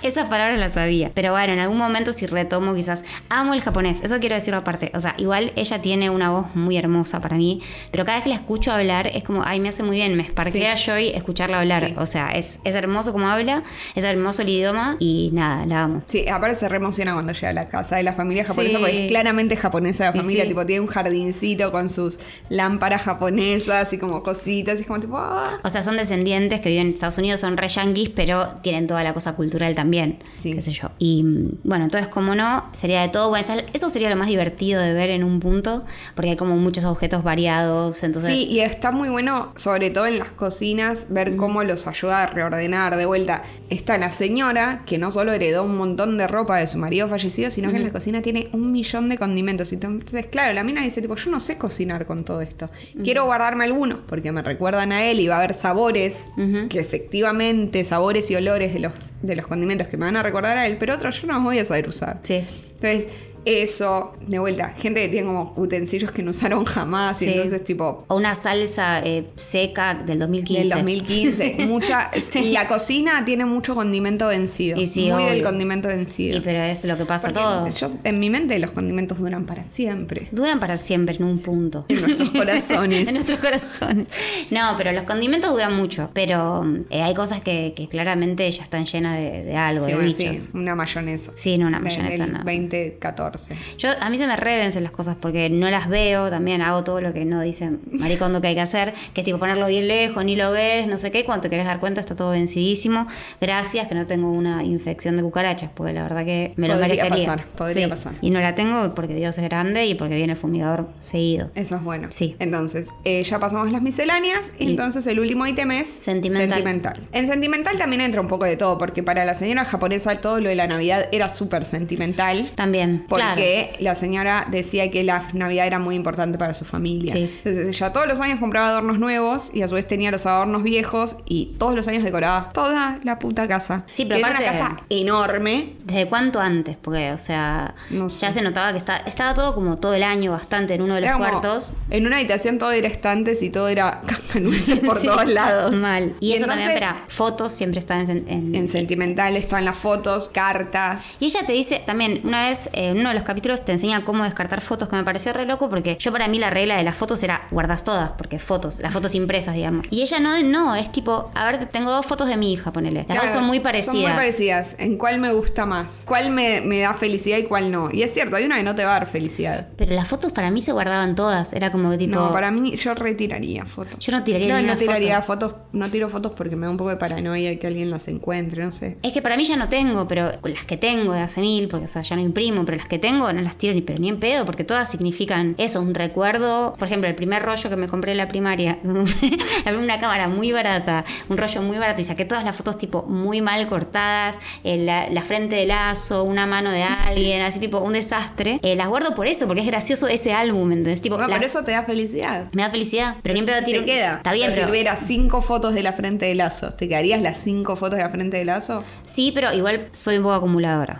esas palabras las sabía. Pero bueno, en algún momento si retomo quizás amo el japonés. Eso quiero decirlo aparte. O sea, igual ella tiene una voz muy hermosa para mí, pero cada vez que la escucho hablar es como, ay, me hace muy bien, me esparquea yo y escucharla hablar. Sí. O sea, es, es hermoso como habla, es hermoso el idioma y nada, la amo. Sí, aparte se reemociona cuando llega a la casa de la familia japonesa, Sí. porque es claramente japonesa la Y familia, sí. tipo tiene un jardincito con sus lámparas japonesas y como cositas, y es como tipo, ah. O sea, son descendientes que viven en Estados Unidos, son re yanquis, pero tienen toda la cosa cultural también. Sí. Qué sé yo. Y mm, bueno, entonces, como no, sería de todo. Bueno, esa- eso sería lo más divertido de ver en un punto, porque hay como muchos objetos variados. Entonces, Sí, y está muy bueno, sobre todo en las cocinas, ver cómo los ayuda a reordenar de vuelta. Está la señora, que no solo heredó un montón de ropa de su marido fallecido, sino que en la cocina tiene un millón de condimentos. Y Entonces, claro, la mina dice, tipo, yo no sé cocinar con todo esto. Quiero guardarme alguno, porque me recuerdan a él y va a haber sabores, que efectivamente, sabores y olores de los, de los condimentos que me van a recordar a él, pero otros yo no los voy a saber usar. Sí. Entonces, eso, de vuelta, gente que tiene como utensilios que no usaron jamás, y Sí. entonces, tipo, O una salsa eh, seca del 2015. del 2015. Mucha, la cocina tiene mucho condimento vencido. Y sí, muy del obvio. condimento vencido. Y pero es lo que pasa Porque todo. yo- en mi mente los condimentos duran para siempre. Duran para siempre en un punto. En nuestros corazones. en nuestros corazones. No, pero los condimentos duran mucho. Pero eh, hay cosas que, que claramente ya están llenas de, de algo, Sí, de bueno, bichos. sí, una mayonesa. Sí, no, una De- mayonesa, del no. 2014. Yo, a mí se me revencen las cosas porque no las veo, también hago todo lo que no dice Maricondo que hay que hacer, que es tipo ponerlo bien lejos, ni lo ves, no sé qué, cuando te querés dar cuenta está todo vencidísimo. Gracias que no tengo una infección de cucarachas, porque la verdad que me lo Podría merecería. pasar, podría pasar. Y no la tengo porque Dios es grande y porque viene el fumigador seguido. Eso es bueno. Sí. Entonces, eh, ya pasamos las misceláneas. Y entonces, el último ítem es Sentimental. sentimental. En sentimental también entra un poco de todo, porque para la señora japonesa todo lo de la Navidad era súper sentimental. También, claro. Porque la señora decía que la Navidad era muy importante para su familia. Sí. Entonces ella todos los años compraba adornos nuevos y a su vez tenía los adornos viejos y todos los años decoraba toda la puta casa. Sí, pero era una aparte- casa enorme. ¿Desde cuánto antes? Porque, o sea, No ya sé. se notaba que está, estaba todo como todo el año bastante en uno de los Era como- cuartos. En una habitación todo era estantes y todo era campanuces por todos lados. Mal. Y, eso también, entonces, espera, fotos siempre están en- en, En sentimental están las fotos, cartas. Y ella te dice también, una vez eh, en uno de los capítulos te enseña cómo descartar fotos, que me pareció re loco, porque yo para mí la regla de las fotos era guardas todas, porque fotos, las fotos impresas, digamos. Y ella no, no, es tipo, a ver, tengo dos fotos de mi hija, ponele. Las dos Claro, son muy parecidas. Son muy parecidas. ¿En cuál me gusta más? ¿Cuál me, me da felicidad y cuál no? Y es cierto, hay una que no te va a dar felicidad. Pero las fotos para mí se guardaban todas, era como que tipo... No, para mí yo retiraría fotos. Yo no tiraría no, ninguna no tiraría fotos, no tiro fotos porque me da un poco de paranoia que alguien las encuentre, no sé. Es que para mí ya no tengo, pero las que tengo de hace mil, porque o sea, ya no imprimo, pero las que tengo no las tiro ni, pero ni en pedo, porque todas significan eso, un recuerdo. Por ejemplo, el primer rollo que me compré en la primaria, una cámara muy barata, un rollo muy barato, y saqué todas las fotos tipo muy mal cortadas, eh, la, la frente de lazo, una mano de alguien, así tipo un desastre. Eh, las guardo por eso, porque es gracioso ese álbum, entonces tipo... Bueno, la- Ah, pero eso te da felicidad. Me da felicidad, pero ni en pedo Se tiro... queda. Está bien, Pero pero... si tuvieras cinco fotos de la frente de lazo, ¿te quedarías las cinco fotos de la frente de lazo? Sí, pero igual soy un poco acumuladora.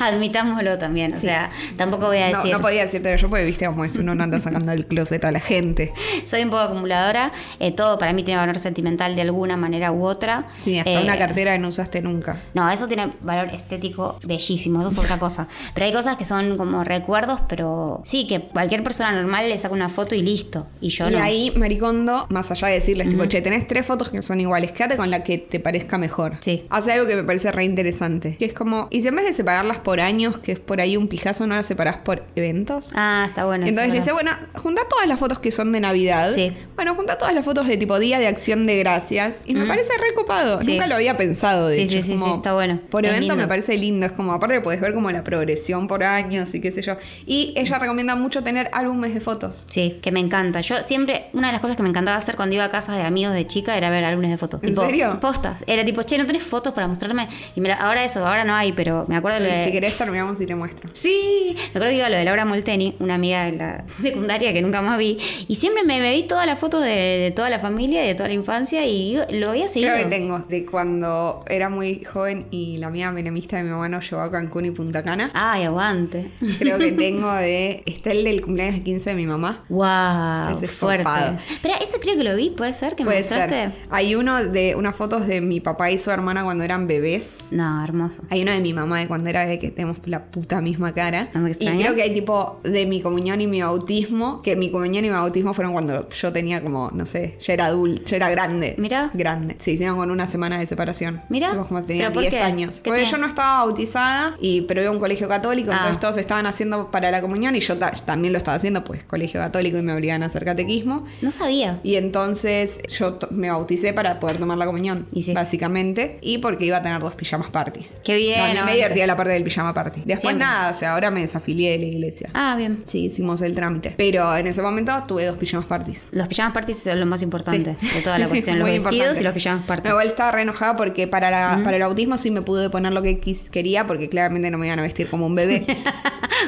Admitámoslo también. O sea, tampoco voy a No, decir. no podía decirte yo porque viste como es uno no anda sacando del closet a la gente. soy un poco acumuladora. eh, todo para mí tiene valor sentimental de alguna manera u otra. Sí, hasta Eh, una cartera que no usaste nunca. No, eso tiene valor estético bellísimo, eso es otra cosa. Pero hay cosas que son como recuerdos, pero sí, que cualquier persona normal le saca una foto y listo. Y yo y no. ahí, Maricondo, más allá de decirles, tipo, che, tenés tres fotos que son iguales, quédate con la que te parezca mejor. Sí. Hace algo que me parece re interesante. Que es como, y si en vez de separarlas por años, que es por ahí un pijazo, no las separás por eventos. Ah, está bueno. Y eso Entonces es le dice, verdad. bueno, junta todas las fotos que son de Navidad. Sí. Bueno, junta todas las fotos de tipo Día de Acción de Gracias. Y me parece recopado. Sí. Nunca lo había pensado, de Sí, hecho. sí, Es sí, como, sí, está bueno. Por Es evento lindo. me parece lindo. Es como, aparte podés ver como la progresión por años y qué sé yo. Y ella recomienda mucho tener álbumes de fotos. Sí, que me encanta. Yo siempre, una de las cosas que me encantaba hacer cuando iba a casas de amigos de chica era ver álbumes de fotos. ¿En Tipo, serio? Postas. Era tipo, che, ¿no tenés fotos para mostrarme? Y me la- ahora eso, ahora no hay, pero me acuerdo lo Y de... si querés terminamos y te muestro. Sí, me acuerdo que iba a lo de Laura Molteni, una amiga de la secundaria que nunca más vi. Y siempre me, me vi todas las fotos de, de toda la familia, y de toda la infancia y yo lo había seguido. Creo que tengo de cuando era muy joven y la mía menemista de mi mamá nos llevó a Cancún y Punta Cana. Ay, aguante. Creo que tengo de. Está el del cumpleaños de 15 de mi mamá. Wow, Ese es fuerte. copado. Pero eso creo que lo vi, puede ser que me Puede mostraste. ser. Hay uno de unas fotos de mi papá y su hermana cuando eran bebés. No, hermoso. Hay uno de mi mamá de cuando era bebé que tenemos la puta misma cara. No Ah, me y extraña. creo que hay tipo de mi comunión y mi bautismo, que mi comunión y mi bautismo fueron cuando yo tenía como, no sé, ya era adulto, ya era grande. Mirá. Grande. Se hicieron con una semana de separación. Mirá. Tipo, Como tenía ¿Pero por 10 qué? años. ¿Qué Porque tenía? yo no estaba bautizada, y, pero iba a un colegio católico, Ah. entonces todos estaban haciendo para la comunión y yo ta- también lo estaba haciendo, pues colegio católico y me obligaban a hacer catequismo. No sabía. Y entonces yo to- me bauticé para poder tomar la comunión, Y sí. básicamente, y porque iba a tener dos pijamas parties. Qué bien, No, ni me aguante. divertía la parte del pijama party. Después Siempre. nada, o sea, ahora me desafilié de la iglesia. Ah, bien. Sí, hicimos el trámite. Pero en ese momento tuve dos pijamas parties. Los pijamas parties es lo más importante Sí. de toda la Sí, cuestión. los muy vestidos importante. y los pijamas parties. No, igual estaba re enojada porque para, la- para el autismo sí me pude poner lo que quis- quería porque claramente no me iban a vestir como un bebé.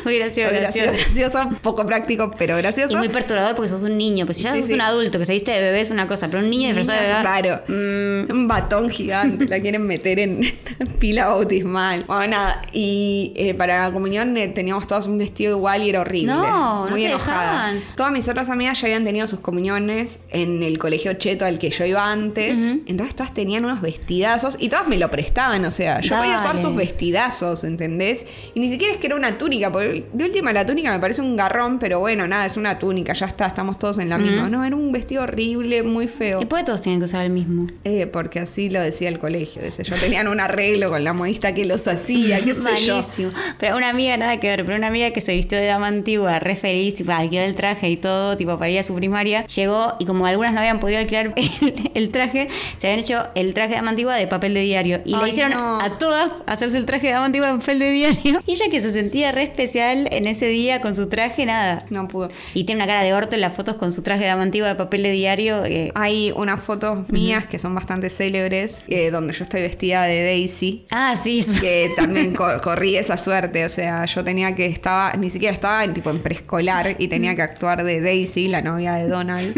Hubiera sido gracioso, gracioso. gracioso, poco práctico, pero gracioso. Y muy perturbador porque sos un niño. Pues si ya Sí, sos sí. un adulto que se viste de bebé es una cosa, pero un niño disfrazado de bebé. Raro. Mm, Un batón gigante. la quieren meter en pila bautismal. Bueno, nada. Y eh, para la comunión eh, teníamos todos un vestido igual y era horrible. No, no Muy te enojada. dejaban. Todas mis otras amigas ya habían tenido sus comuniones en el colegio cheto al que yo iba antes. Entonces todas tenían unos vestidazos y todas me lo prestaban. O sea, yo podía usar Dale. sus vestidazos, ¿entendés? Y ni siquiera es que era una túnica. Porque de última la túnica me parece un garrón, pero bueno, nada, es una túnica. Ya está, estamos todos en la misma. No, era un vestido horrible, muy feo. ¿Y por qué todos tienen que usar el mismo? Eh, porque así lo decía el colegio. dice, yo tenían un arreglo con la modista que los hacía, qué sé yo. Malísimo. Pero una amiga, nada que ver, pero una amiga que se vistió de dama antigua, re feliz, tipo, alquiló el traje y todo, tipo, para ir a su primaria, llegó y como algunas no habían podido alquilar el, el traje, se habían hecho el traje de dama antigua de papel de diario. Y le Ay, hicieron no. a todas hacerse el traje de dama antigua de papel de diario. Y ella que se sentía re especial en ese día con su traje, nada. No pudo. Y tiene una cara de orto en las fotos con su traje de dama antigua de papel de diario. eh. Hay unas fotos mías que son bastante célebres, eh, donde yo estoy vestida de Daisy. Ah, sí. su- Que también co- corrí esa suerte, o sea, yo tenía que estaba, ni siquiera estaba en tipo en preescolar y tenía que actuar de Daisy, la novia de Donald.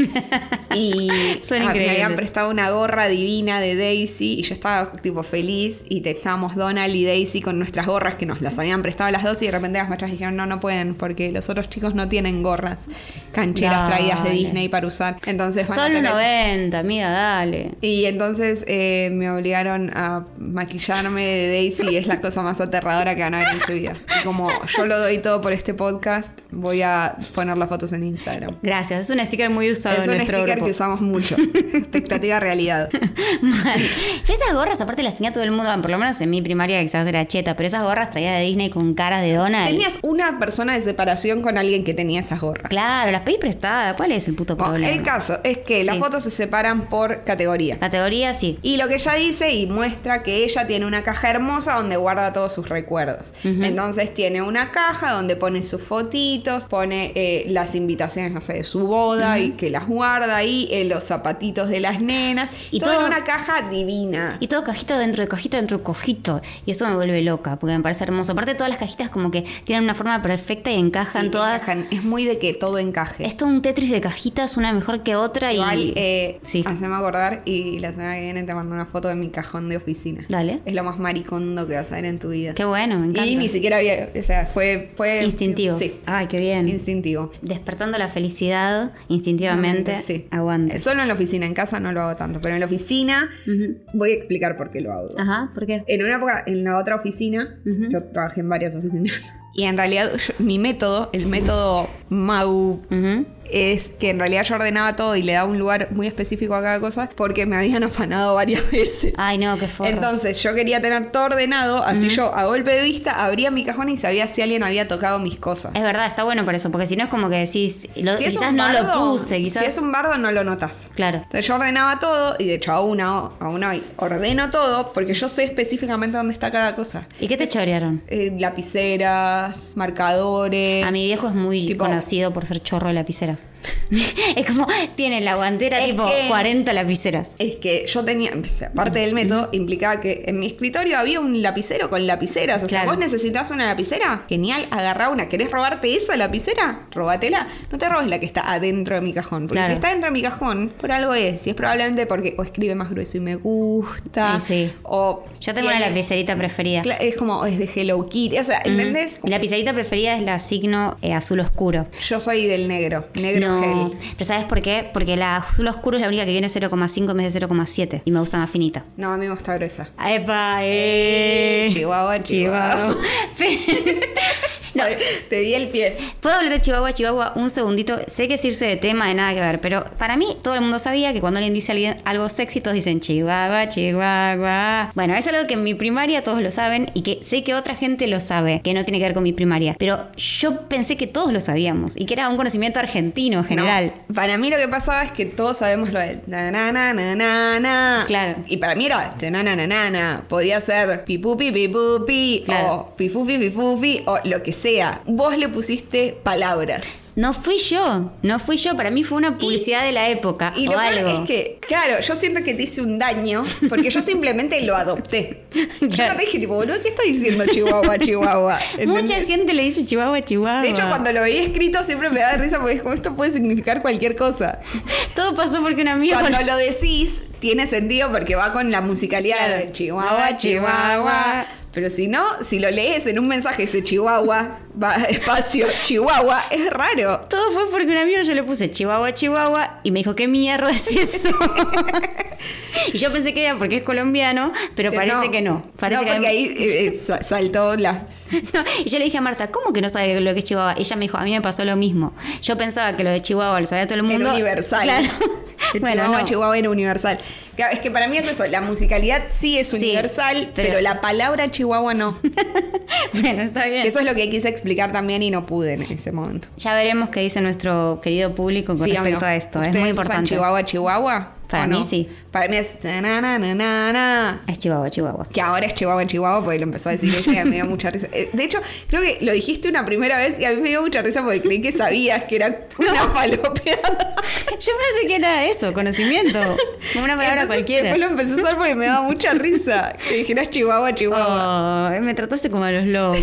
Y Son ah, me habían increíbles. prestado una gorra divina de Daisy y yo estaba tipo feliz y te- estábamos Donald y Daisy con nuestras gorras que nos las habían prestado las dos y de repente las maestras dijeron, no, no pueden porque los otros chicos no tienen gorras cancheras Dale. traídas de Disney para usar. Entonces van a Solo tener- 90, amiga, dale. y entonces eh, me obligaron a maquillarme de Daisy y es la cosa más aterradora que van a ver en su vida. Y como yo lo doy todo por este podcast, voy a poner las fotos en Instagram. Gracias, es un sticker muy usado es en un nuestro sticker grupo. que usamos mucho. Expectativa realidad. Mal. Pero esas gorras, aparte las tenía todo el mundo, por lo menos en mi primaria quizás era cheta, pero esas gorras traía de Disney con caras de Donald. Tenías una persona de separación con alguien que tenía esas gorras. Claro, las pedí prestadas. ¿Cuál es el puto Bueno, problema? el caso es que las Sí. fotos se separan por categoría. Categoría, sí. Y lo que ella dice y muestra que ella tiene una caja hermosa donde guarda todos sus recuerdos. Entonces tiene una caja donde pone sus fotitos, pone eh, las invitaciones, no sé, de su boda y que las guarda ahí, eh, los zapatitos de las nenas. Y Y todo, todo- en una caja divina. Y todo cajito dentro de cajito dentro de cojito. Y eso me vuelve loca, porque me parece hermoso. Aparte todas las cajitas como que tienen una forma perfecta y encajan Sí, todas. encajan. Es muy de que todo encaje. Es todo un Tetris de cajitas, una mejor que otra y... Igual, eh, sí. haceme acordar y la semana que viene te mando una foto de mi cajón de oficina. Dale. Es lo más maricondo que vas a ver en tu vida. Qué bueno, me encanta. y ni siquiera había, o sea, fue... fue Instintivo. Sí, Ay, qué bien. instintivo. Despertando la felicidad instintivamente. Sí. Eh, Aguante. Solo en la oficina, en casa no lo hago tanto, pero en la oficina voy a explicar por qué lo hago. Ajá, ¿por qué? En una época, en la otra oficina, yo trabajé en varias oficinas. Y en realidad, yo- mi método, el método Mau, Ujú. es que en realidad yo ordenaba todo y le daba un lugar muy específico a cada cosa porque me habían afanado varias veces. Ay, no, qué forros. Entonces yo quería tener todo ordenado, así yo a golpe de vista abría mi cajón y sabía si alguien había tocado mis cosas. Es verdad, está bueno para eso, porque si no es como que decís, lo- Si es quizás un no lo bardo, puse, quizás. Si es un bardo, no lo notas. Claro. Entonces yo ordenaba todo, y de hecho aún, a- aún hoy ordeno todo, porque yo sé específicamente dónde está cada cosa. ¿Y qué te chorearon? Eh, lapiceras, marcadores. A mi viejo es muy Tipo- conocido por ser chorro de lapiceras. es como, tiene la guantera Es tipo que- 40 lapiceras. Es que yo tenía, o sea, parte del método implicaba que en mi escritorio había un lapicero con lapiceras. O sea, Claro. vos necesitas una lapicera, genial, agarrá una. ¿Querés robarte esa lapicera? Róbatela. No te robes la que está adentro de mi cajón. Porque Claro. si está dentro de mi cajón, por algo es. Y es probablemente porque o escribe más grueso y me gusta. Y sí. O. Yo tengo tiene- una lapicerita preferida. Cla- Es como, es de Hello Kitty. O sea, ¿entendés? Mi lapicerita preferida es la signo eh, azul oscuro. Yo soy del negro. Negro no, gel. pero ¿sabes por qué? Porque la azul oscuro es la única que viene 0,5 en vez de 0,7 y me gusta más finita. No, a mí me gusta gruesa. ¡Epa! Eh. Chihuahua, Chihuahua. no, Te di el pie. Puedo hablar de Chihuahua, Chihuahua un segundito. Sé que es irse de tema, de nada que ver, pero para mí todo el mundo sabía que cuando alguien dice a alguien algo sexy, todos dicen Chihuahua, Chihuahua. Bueno, es algo que en mi primaria todos lo saben y que sé que otra gente lo sabe, que no tiene que ver con mi primaria. Pero yo pensé que todos lo sabíamos y que era un conocimiento argentino en general. No, para mí lo que pasaba es que todos sabemos lo del na na na na na na. Claro. Y para mí era te na na na na na. Podía ser pipupi pipupi Claro. o fifufi fifufi o lo que sea. Vos le pusiste palabras. No fui yo, no fui yo, para mí fue una publicidad de la época Y o lo peor algo. es que, claro, yo siento que te hice un daño porque yo simplemente lo adopté. Yo Claro. no te dije, tipo, boludo, ¿qué estás diciendo Chihuahua, Chihuahua? Mucha ¿Entendés? gente le dice Chihuahua, Chihuahua. De hecho, cuando lo veía escrito siempre me daba risa porque es como, esto puede significar cualquier cosa. Todo pasó porque una amiga... Cuando lo decís, tiene sentido porque va con la musicalidad Claro. de Chihuahua, Chihuahua. Pero si no, si lo lees en un mensaje ese Chihuahua, va espacio, Chihuahua, es raro. Todo fue porque un amigo yo le puse Chihuahua, Chihuahua y me dijo, ¿qué mierda es eso? y yo pensé que era porque es colombiano, pero parece que no. Parece Eh, no, que porque ahí eh, eh, sa- saltó las... No, Y yo le dije a Marta, ¿cómo que no sabe lo que es Chihuahua? Y ella me dijo, a mí me pasó lo mismo. Yo pensaba que lo de Chihuahua lo sabía todo el mundo. Era universal. Claro. El bueno, Chihuahua, no. Chihuahua era universal. Claro, es que para mí es eso, la musicalidad sí es Sí, universal, pero... pero- la palabra Chihuahua no. Bueno, está bien. Eso es lo que quise explicar también y no pude en ese momento. Ya veremos qué dice nuestro querido público con Sí, respecto obvio. a esto. Es ¿Ustedes muy usan importante. Chihuahua, Chihuahua. Para ¿O mí no? sí. Para mí es. na, na, na, na, na, na. Es Chihuahua, Chihuahua. Que ahora es Chihuahua, Chihuahua, porque lo empezó a decir ella y me dio mucha risa. Eh, De hecho, creo que lo dijiste una primera vez y a mí me dio mucha risa porque creí que sabías que era una falopeada. Yo pensé que era eso, conocimiento. Una palabra Entonces, cualquiera. Después lo empecé a usar porque me daba mucha risa que dijeras Chihuahua, Chihuahua. Ay, me trataste como a los locos.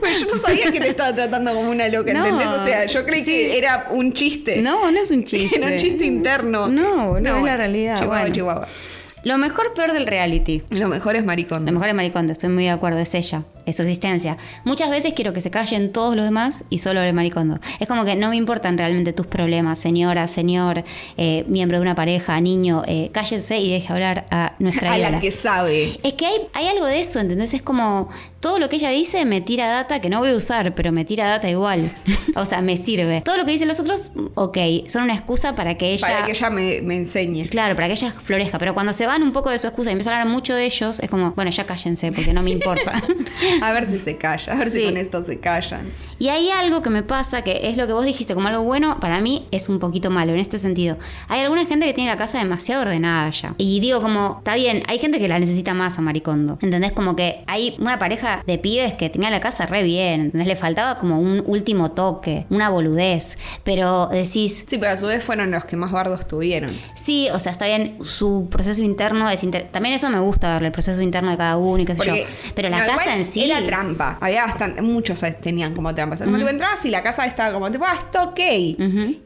Pero yo no sabía que te estaba tratando como una loca, Oh. No. ¿entendés? O sea, yo creí que Sí. era un chiste. No, no es un chiste. Era un chiste interno. No, boludo, es la bueno, realidad, Chihuahua, bueno. Chihuahua. Lo mejor peor del reality. Lo mejor es maricón. Lo mejor es Maricondo, estoy muy de acuerdo, es ella, es su existencia. Muchas veces quiero que se callen todos los demás y solo hable Maricondo. Es como que no me importan realmente tus problemas, señora, señor, eh, miembro de una pareja, niño, eh, cállense y deje hablar a nuestra a la ídola. que sabe. Es que hay, hay algo de eso, ¿entendés? Es como todo lo que ella dice me tira data que no voy a usar, pero me tira data igual. o sea, me sirve. Todo lo que dicen los otros, ok, son una excusa para que ella... Para que ella me, me enseñe. Claro, para que ella florezca, pero cuando se van un poco de su excusa y empiezan a hablar mucho de ellos, es como, bueno, ya cállense porque no me importa. A ver si se calla, a ver si Sí. con esto se callan. y hay algo que me pasa, que es lo que vos dijiste como algo bueno, para mí es un poquito malo en este sentido. Hay alguna gente que tiene la casa demasiado ordenada ya. Y digo como, está bien, hay gente que la necesita más a Maricondo. ¿Entendés? Como que hay una pareja de pibes que tenía la casa re bien, ¿entendés? Le faltaba como un último toque, una boludez, pero decís, Sí, pero a su vez fueron los que más bardos tuvieron. Sí, o sea, está bien su proceso interno. desinter- También eso me gusta verle, el proceso interno de cada uno y qué sé Porque- yo. Pero la no, casa igual en sí. Era trampa. Había bastante. Muchos tenían como trampas. Como tú entrabas y la casa estaba como, tipo, ah, esto ok.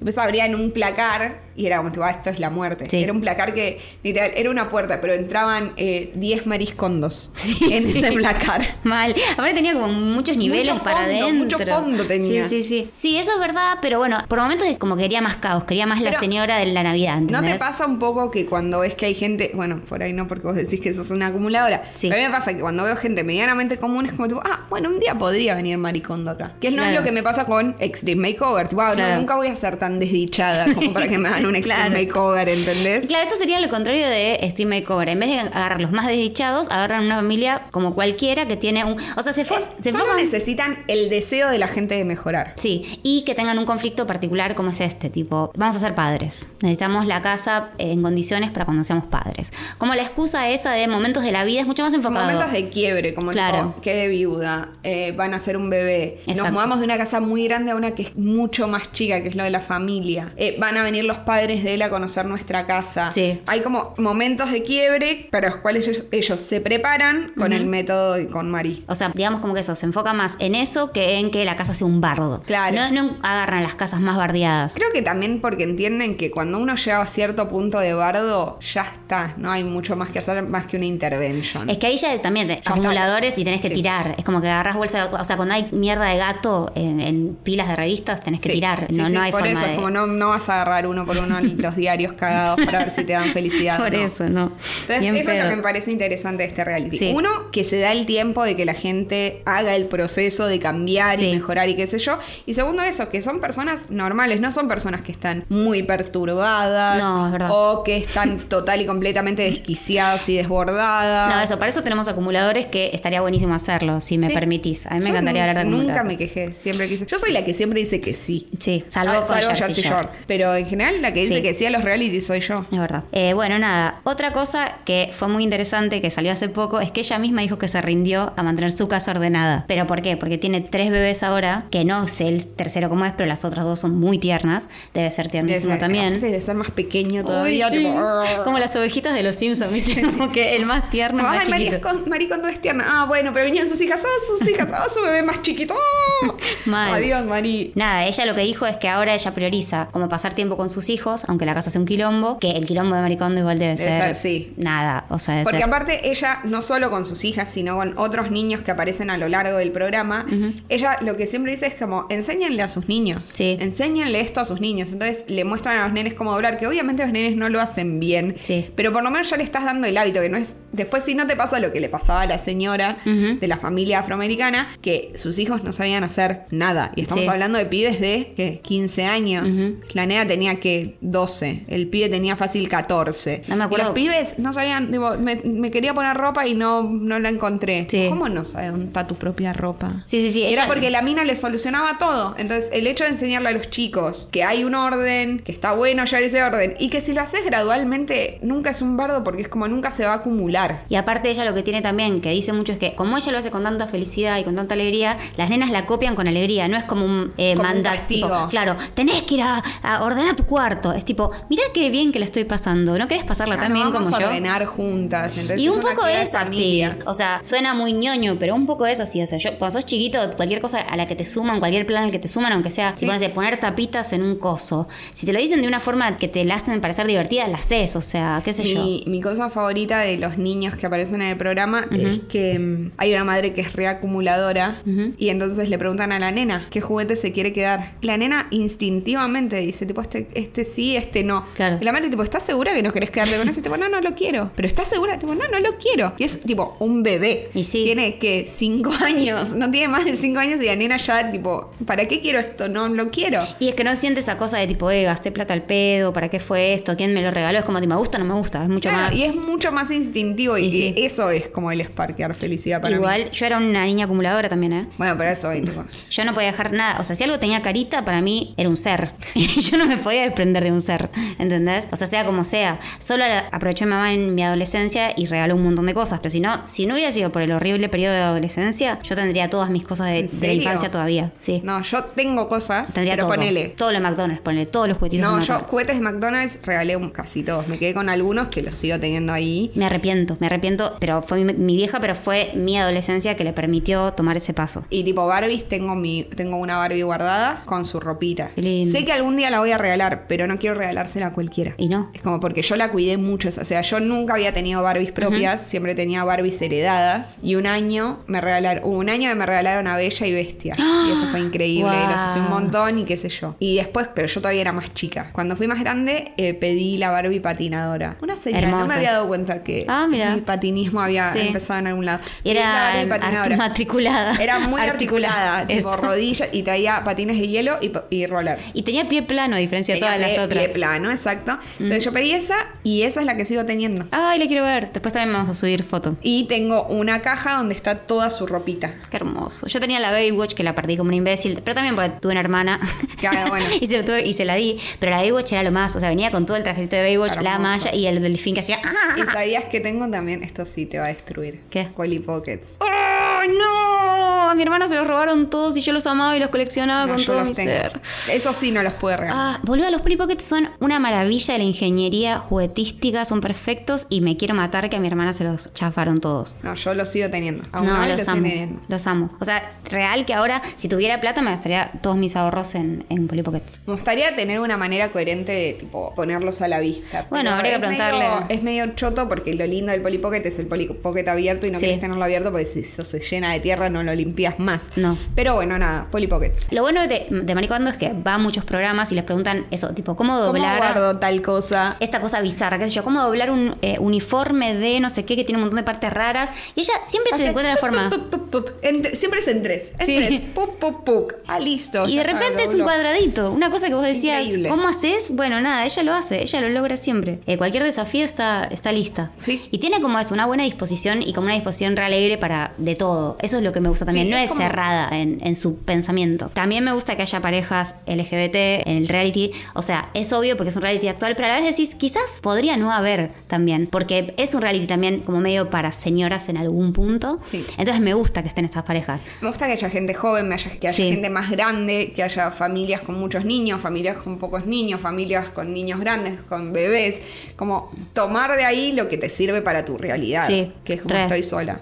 Después abrían un placar y era como, tipo, ah, esto es la muerte. Sí. Era un placar que, literal, era una puerta, pero entraban eh, 10 mariscondos en sí. ese placar. Mal. Ahora tenía como muchos niveles Mucho para fondo, adentro. mucho fondo tenía. Sí, sí, sí. Sí, eso es verdad, pero bueno, por momentos es como que quería más caos, quería más la Pero, señora de la Navidad. ¿No te ¿entendés? pasa un poco que cuando ves que hay gente, bueno, por ahí no porque vos decís que sos una acumuladora, Sí. pero a mí me pasa que cuando veo gente medianamente común es como tipo, ah, bueno, un día podría venir maricondo acá. Que no es Claro. lo que me pasa con Extreme Makeover. Tipo, ah, no, Claro. nunca voy a ser tan desdichada como para que me hagan un Extreme Claro. Makeover, ¿entendés? Claro, esto sería lo contrario de Stream Makeover. En vez de agarrar los más desdichados, agarran una familia como cualquiera que tiene un. O sea, se, fue, se Solo enfocan- necesitan el deseo de la gente de mejorar. Sí, y que tengan un conflicto particular como es este, tipo, vamos a ser padres, necesitamos la casa eh, en condiciones para cuando seamos padres. Como la excusa esa de momentos de la vida es mucho más enfocado. Momentos de quiebre, como Claro. tipo, quedé viuda, eh, van a ser un bebé, nos Exacto. mudamos de una casa muy grande a una que es mucho más chica, que es lo de la familia, eh, van a venir los padres de él a conocer nuestra casa. Sí. Hay como momentos de quiebre para los cuales ellos, ellos se preparan con el método y con Marie. O sea, digamos como que eso, se enfoca más en eso que en que la casa sea un bardo. Claro. No, no agarran las casas más bardeadas. Creo que también porque entienden que cuando uno llega a cierto punto de bardo, ya está, no hay mucho más que hacer más que una intervention. Es que ahí ya también te- está. acumuladores y tenés que Sí. tirar. Es como que agarras bolsa de, O sea, cuando hay mierda de gato en, en pilas de revistas, tenés que Sí, tirar. sí, no, sí, no hay por forma eso, de- es como no, no vas a agarrar uno por uno los diarios cagados para ver si te dan felicidad. Por no. eso, no. Entonces, Bien eso es lo pedo. que me parece interesante de este reality. Sí. Uno, que se da el tiempo de que la gente haga el proceso de cambiar Sí. y mejorar y qué sé yo. Y segundo, eso, que son personas normales, no son personas que están muy perturbadas No, es verdad. o que están total y completamente desquiciadas y desbordadas. No, eso, para eso tenemos acumuladores que estaría buenísimo hacerlo, si me Sí. permitís. A mí me Yo encantaría nunca- hablar de Nunca me acumuladores. quejé, siempre quise. Yo soy la que siempre dice que sí. Sí, salvo, Ah, con Jersey Shore. Pero en general la que dice Sí. que sí a los reality soy yo. Es verdad. Eh, bueno, nada. Otra cosa que fue muy interesante, que salió hace poco, es que ella misma dijo que se rindió a mantener su casa ordenada. ¿Pero por qué? Porque tiene tres bebés ahora, que no sé el tercero cómo es, pero las otras dos son muy tiernas. Debe ser tiernísimo Debe- aparte también. Debe ser más pequeño Ay, todavía. sí. tipo, "Arr". Como las ovejitas de los Simpsons, ¿viste? Como que el más tierno, el Como, más ay, Mari, chiquito. es con- Mari Kondo es tierna. Ah, bueno, pero venían sus hijas, ah, sus hijas, ah, su bebé más chiquito. ah. Mal. Adiós, Mari. Nada, ella lo que dijo es que ahora ella prioriza como pasar tiempo con sus hijos, aunque la casa sea un quilombo, que el quilombo de maricondo igual debe, Debe ser, sí. Nada, o sea, debe Porque ser- aparte ella, no solo con sus hijas, sino con otros niños que aparecen a lo largo del programa, ella lo que siempre dice es como, enséñenle a sus niños, Sí. enséñenle esto a sus niños. Entonces le muestran a los nenes cómo doblar, que obviamente los nenes no lo hacen bien, Sí. pero por lo menos ya le estás dando el hábito, que no es, después si no te pasa lo que le pasaba a la señora de la familia afroamericana, que sus hijos no sabían hacer nada. Y estamos Sí. hablando de pibes de ¿qué? 15 años, la nena tenía que 12, el pibe tenía fácil 14. No me Y acuerdo. los pibes ¿Ves? No sabían, digo, me, me quería poner ropa y no, no la encontré. Sí. ¿Cómo no sabe dónde está tu propia ropa? Sí, sí, sí. Era ella- porque la mina le solucionaba todo. Entonces, el hecho de enseñarle a los chicos que hay un orden, que está bueno llevar ese orden, y que si lo haces gradualmente, nunca es un bardo porque es como nunca se va a acumular. Y aparte ella lo que tiene también, que dice mucho, es que como ella lo hace con tanta felicidad y con tanta alegría, las nenas la copian con alegría, no es como un eh, Como un manda- castigo. tipo, claro, tenés que ir a, a ordenar tu cuarto. Es tipo, mirá qué bien que la estoy pasando, ¿no querés pasarla Ah, también no, vamos como a yo? ordenar juntas. Entonces, Y un es una poco actividad de es así. familia. O sea, suena muy ñoño, pero un poco es así. O sea, yo, cuando sos chiquito, cualquier cosa a la que te suman, cualquier plan al que te suman, aunque sea, si pones de poner tapitas en un coso, si te lo dicen de una forma que te la hacen parecer divertida, la haces. O sea, qué sé yo. Mi, mi cosa favorita de los niños que aparecen en el programa es que mm, hay una madre que es reacumuladora y entonces le preguntan a la nena qué juguete se quiere quedar. La nena instintivamente dice, tipo, este, este sí, este no. Claro. Y la madre, tipo, ¿estás segura que no querés quedarte con ese? Tipo, no, no lo quiero. Pero ¿estás segura? Tipo, no, no lo quiero. Y es tipo un bebé. Y sí. Tiene que cinco años, no tiene más de cinco años y la nena ya, tipo, ¿para qué quiero esto? No lo quiero. Y es que no sientes esa cosa de tipo, eh, gasté plata al pedo, ¿para qué fue esto? ¿Quién me lo regaló? Es como, ¿me gusta o no me gusta? Es mucho Claro, más. y es mucho más instintivo y, Y sí. y eso es como el esparquear felicidad para mí. Igual, yo era una niña acumuladora también, ¿eh? Bueno, pero eso, y tipo, Yo no podía dejar nada. O sea, si algo tenía carita, para mí era un ser. yo no me podía desprender de un ser. ¿Entendés? O sea, sea como sea. Solo la- aproveché a mi mamá en mi adolescencia y regaló un montón de cosas. Pero si no, si no hubiera sido por el horrible periodo de adolescencia, yo tendría todas mis cosas de, ¿En de la serio? infancia todavía. Sí. no, yo tengo cosas, tendría pero todo. ponele. Todo lo de McDonald's, ponele. Todos los juguetitos No, yo de McDonald's. juguetes de McDonald's regalé un- casi todos. Me quedé con algunos que los sigo teniendo ahí. Me arrepiento, me arrepiento, pero fue mi, mi vieja, pero fue mi adolescencia que le permitió tomar ese paso. Y tipo Barbies, tengo mi tengo una Barbie guardada con su ropita. Qué lindo. Sé que algún día la voy a regalar, pero no quiero regalársela a cualquiera. Y no. Es como porque yo la cuidé mucho. O sea, yo nunca había tenido Barbies propias, siempre tenía Barbies heredadas. Y un año me regalaron, hubo un año que me regalaron a Bella y Bestia. Y eso fue increíble. Y lo asocié un ¡Ah! Guau. montón y qué sé yo. Y después, pero yo todavía era más chica. Cuando fui más grande, eh, pedí la Barbie patinadora. Una señal. No me Hermosa. había dado cuenta que Ah, mira. mi patinismo había Sí. empezado en algún lado. Pedí la Era Barbie em, patinadora. matriculada. Era muy articulada, tipo Eso. rodillas y traía patines de hielo y, pa- y rollers. Y tenía pie plano a diferencia de Tenía todas las pie- otras. pie plano, exacto. Entonces yo pedí esa y esa es la que sigo teniendo. Ay, la quiero ver. Después también vamos a subir foto. Y tengo una caja donde está toda su ropita. Qué hermoso. Yo tenía la Baywatch que la perdí como un imbécil, pero también porque tuve una hermana. Claro, Ah, bueno. y, se lo tuve- y se la di. Pero la Baywatch era lo más. O sea, venía con todo el trajecito de Baywatch, la Hermoso. malla y el delfín que hacía. ¡ah! Y sabías que tengo también, esto sí te va a destruir. ¿Qué? Polly Pockets. ¡Oh, no! no, a mi hermana se los robaron todos y yo los amaba y los coleccionaba No, Ah, con yo todo los mi tengo. ser. Eso sí no los puede regalar. Ah, boludo, los Polly Pockets son una maravilla de la ingeniería juguetística, son perfectos y me quiero matar que a mi hermana se los chafaron todos. No, yo los sigo teniendo. Aún Ah. No, ahora los, los sigo amo. teniendo. Los amo. O sea, real que ahora, si tuviera plata, me gastaría todos mis ahorros en, en Polly Pockets. Me gustaría tener una manera coherente de tipo ponerlos a la vista. Bueno, pero habría que es preguntarle. medio- es medio choto porque lo lindo del polipocket es el polipocket abierto y no Sí. querés tenerlo abierto porque si eso se llena de tierra no lo limpias más. No. Pero bueno, nada, polipockets. Lo bueno de, de Maricondo es que va a muchos programas y les preguntan eso, tipo, ¿cómo ¿Cómo doblar? guardo tal cosa? esta cosa bizarra, qué sé yo, cómo doblar un eh, uniforme de no sé qué que tiene un montón de partes raras. Y ella siempre te Hace encuentra la pup, forma. pup, pup, pup, pup. En tre- siempre es en tres. En Sí. tres. Pup, pup, pup. Ah, listo. Y ya de está, lo repente es un doblo. cuadradito, una cosa que vos decías, Increíble. ¿cómo haces? Bueno, nada, ella lo hace, ella lo logra siempre. Eh, cualquier desafío está, está lista. Sí. Y tiene como es una buena disposición y como una disposición re alegre para de todo. Eso es lo que me gusta también, Sí, no es es como- cerrada en, en su pensamiento. También me gusta que haya parejas LGBT en el reality, o sea, es obvio porque es un reality actual, pero a la vez decís, quizás podría no haber también, porque es un reality también como medio para señoras en algún punto. Sí. Entonces me gusta que estén esas parejas. Me gusta que haya gente joven, me haya- que haya Sí. gente más grande, que haya familias con muchos niños, familias con pocos niños, familias con niños grandes, con bebés. Como tomar de ahí lo que te sirve para tu realidad. Sí, Que es como re. estoy sola.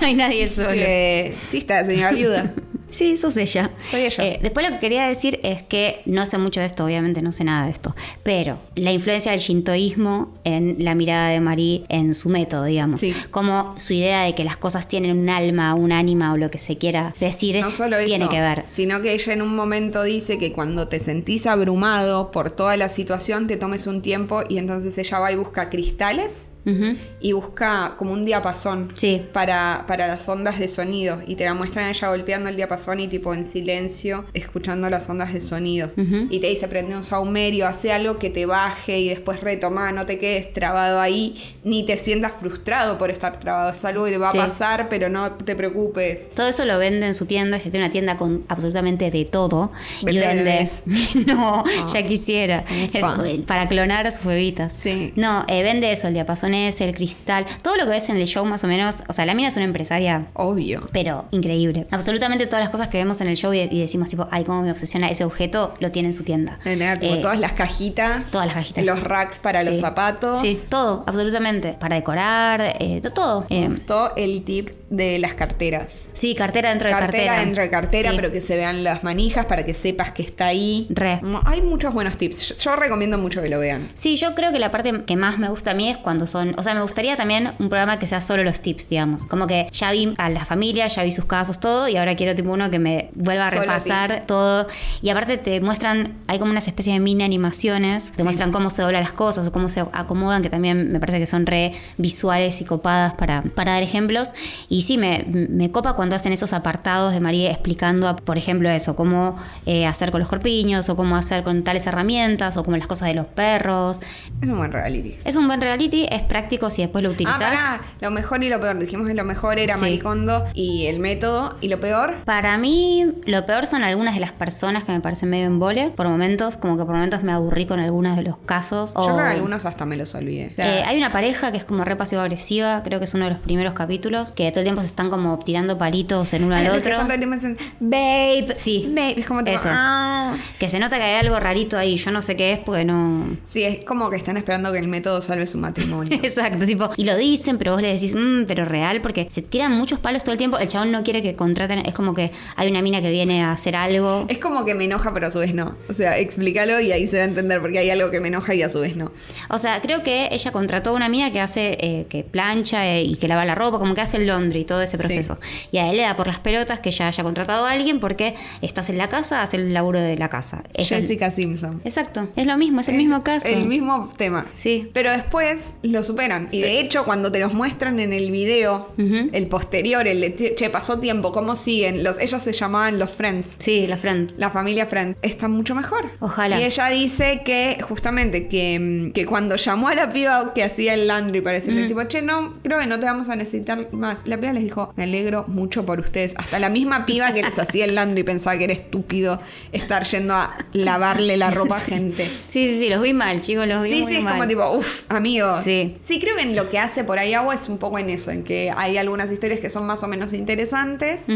no hay nadie solo. Que, sí, está, señora viuda. Sí, sos ella. Soy ella. Eh, después lo que quería decir es que no sé mucho de esto, obviamente no sé nada de esto, pero la influencia del shintoísmo en la mirada de Marie, en su método, digamos. Sí. Como su idea de que las cosas tienen un alma, un ánima o lo que se quiera decir, No solo eso, Eh, tiene que ver. sino que ella en un momento dice que cuando te sentís abrumado por toda la situación, te tomes un tiempo y entonces ella va y busca cristales Ujú. y busca como un diapasón Sí. para, para las ondas de sonido. Y te la muestran a ella golpeando el diapasón y tipo en silencio, escuchando las ondas de sonido. Y te dice, prende un saumerio, hace algo que te baje y después retoma, no te quedes trabado ahí, ni te sientas frustrado por estar trabado. Es algo que te va Sí. a pasar, pero no te preocupes. Todo eso lo vende en su tienda. Ella tiene una tienda con absolutamente de todo. Vende y vende. bebés. Ah. no, ya quisiera. Ufa. Para clonar a sus bebitas. Sí. No, eh, vende eso, el diapasón es, el cristal. Todo lo que ves en el show, más o menos. O sea, la mina es una empresaria. Obvio. Pero increíble. Absolutamente todas las cosas que vemos en el show y, y decimos, tipo, ay, cómo me obsesiona ese objeto, lo tiene en su tienda. De tener tipo, Eh, todas las cajitas. todas las cajitas. Los racks para los Sí. zapatos. Sí, todo, absolutamente. Para decorar, eh, to- todo. Eh, Todo el tip de las carteras. sí, cartera dentro de Cartera, cartera. dentro de cartera, Sí. pero que se vean las manijas para que sepas que está ahí. Re. Mo- Hay muchos buenos tips. Yo- Yo recomiendo mucho que lo vean. Sí, yo creo que la parte que más me gusta a mí es cuando son, o sea, me gustaría también un programa que sea solo los tips, digamos, como que ya vi a la familia, ya vi sus casos, todo, y ahora quiero tipo uno que me vuelva a Solo repasar tips. todo, y aparte te muestran, hay como unas especies de mini animaciones, te muestran cómo se doblan las cosas o cómo se acomodan, que también me parece que son re visuales y copadas para, para dar ejemplos, y sí, me, me copa cuando hacen esos apartados de María explicando, por ejemplo, eso, cómo eh, hacer con los corpiños, o cómo hacer con tales herramientas, o como las cosas de los perros, Es un buen reality. es un buen reality, es práctico si después lo utilizás. Ah, pará, lo mejor y lo peor. Dijimos que lo mejor era Sí. Maricondo y el método. Y lo peor, Para mí, lo peor son algunas de las personas que me parecen medio embole. Por momentos, como que por momentos me aburrí con algunos de los casos. o- yo creo que algunos hasta me los olvidé. O sea, Oh. Eh, hay una pareja que es como re pasivo-agresiva, creo que es uno de los primeros capítulos, que todo el tiempo se están como tirando palitos en uno al los que otro. están todo el tiempo dicen, babe, Sí, babe. Es como tipo, esos. "Ah". Que se nota que hay algo rarito ahí, yo no sé qué es porque no... Sí, es como que están esperando que el método salve su matrimonio. Exacto, tipo, y lo dicen, pero vos le decís, "Mm, pero real, porque se tiran muchos palos todo el tiempo, el chabón no quiere que contraten, es como que hay una mina que viene a hacer algo. es como que me enoja, pero a su vez no. O sea, explícalo y ahí se va a entender porque hay algo que me enoja y a su vez no. O sea, creo que ella contrató a una mina que hace, eh, que plancha eh, y que lava la ropa, como que hace el laundry y todo ese proceso. Y a él le da por las pelotas que ya haya contratado a alguien porque estás en la casa, hace el laburo de la casa. Ella- Jessica Simpson. Exacto, es lo mismo, es el mismo caso. Eh, El mismo tema. Sí. Pero después lo superan. Y de hecho, cuando te los muestran en el video, el posterior, el de "Che, che, pasó tiempo, ¿cómo siguen? Los, ellos se llamaban los Friends. Sí, la friend. La familia Friends está mucho mejor. Ojalá. Y ella dice que, justamente, que, mm, que cuando llamó a la piba que hacía el laundry para decirle, tipo, che, no, creo que no te vamos a necesitar más. La golpea, les dijo, me alegro mucho por ustedes. Hasta la misma piba que les hacía el landro y pensaba que era estúpido estar yendo a lavarle la ropa a gente. Sí, sí, sí, los vi mal, chicos, los vi Sí, muy sí, es mal. como tipo, uff, amigo. Sí. creo que en lo que hace por ahí agua es un poco en eso, en que hay algunas historias que son más o menos interesantes,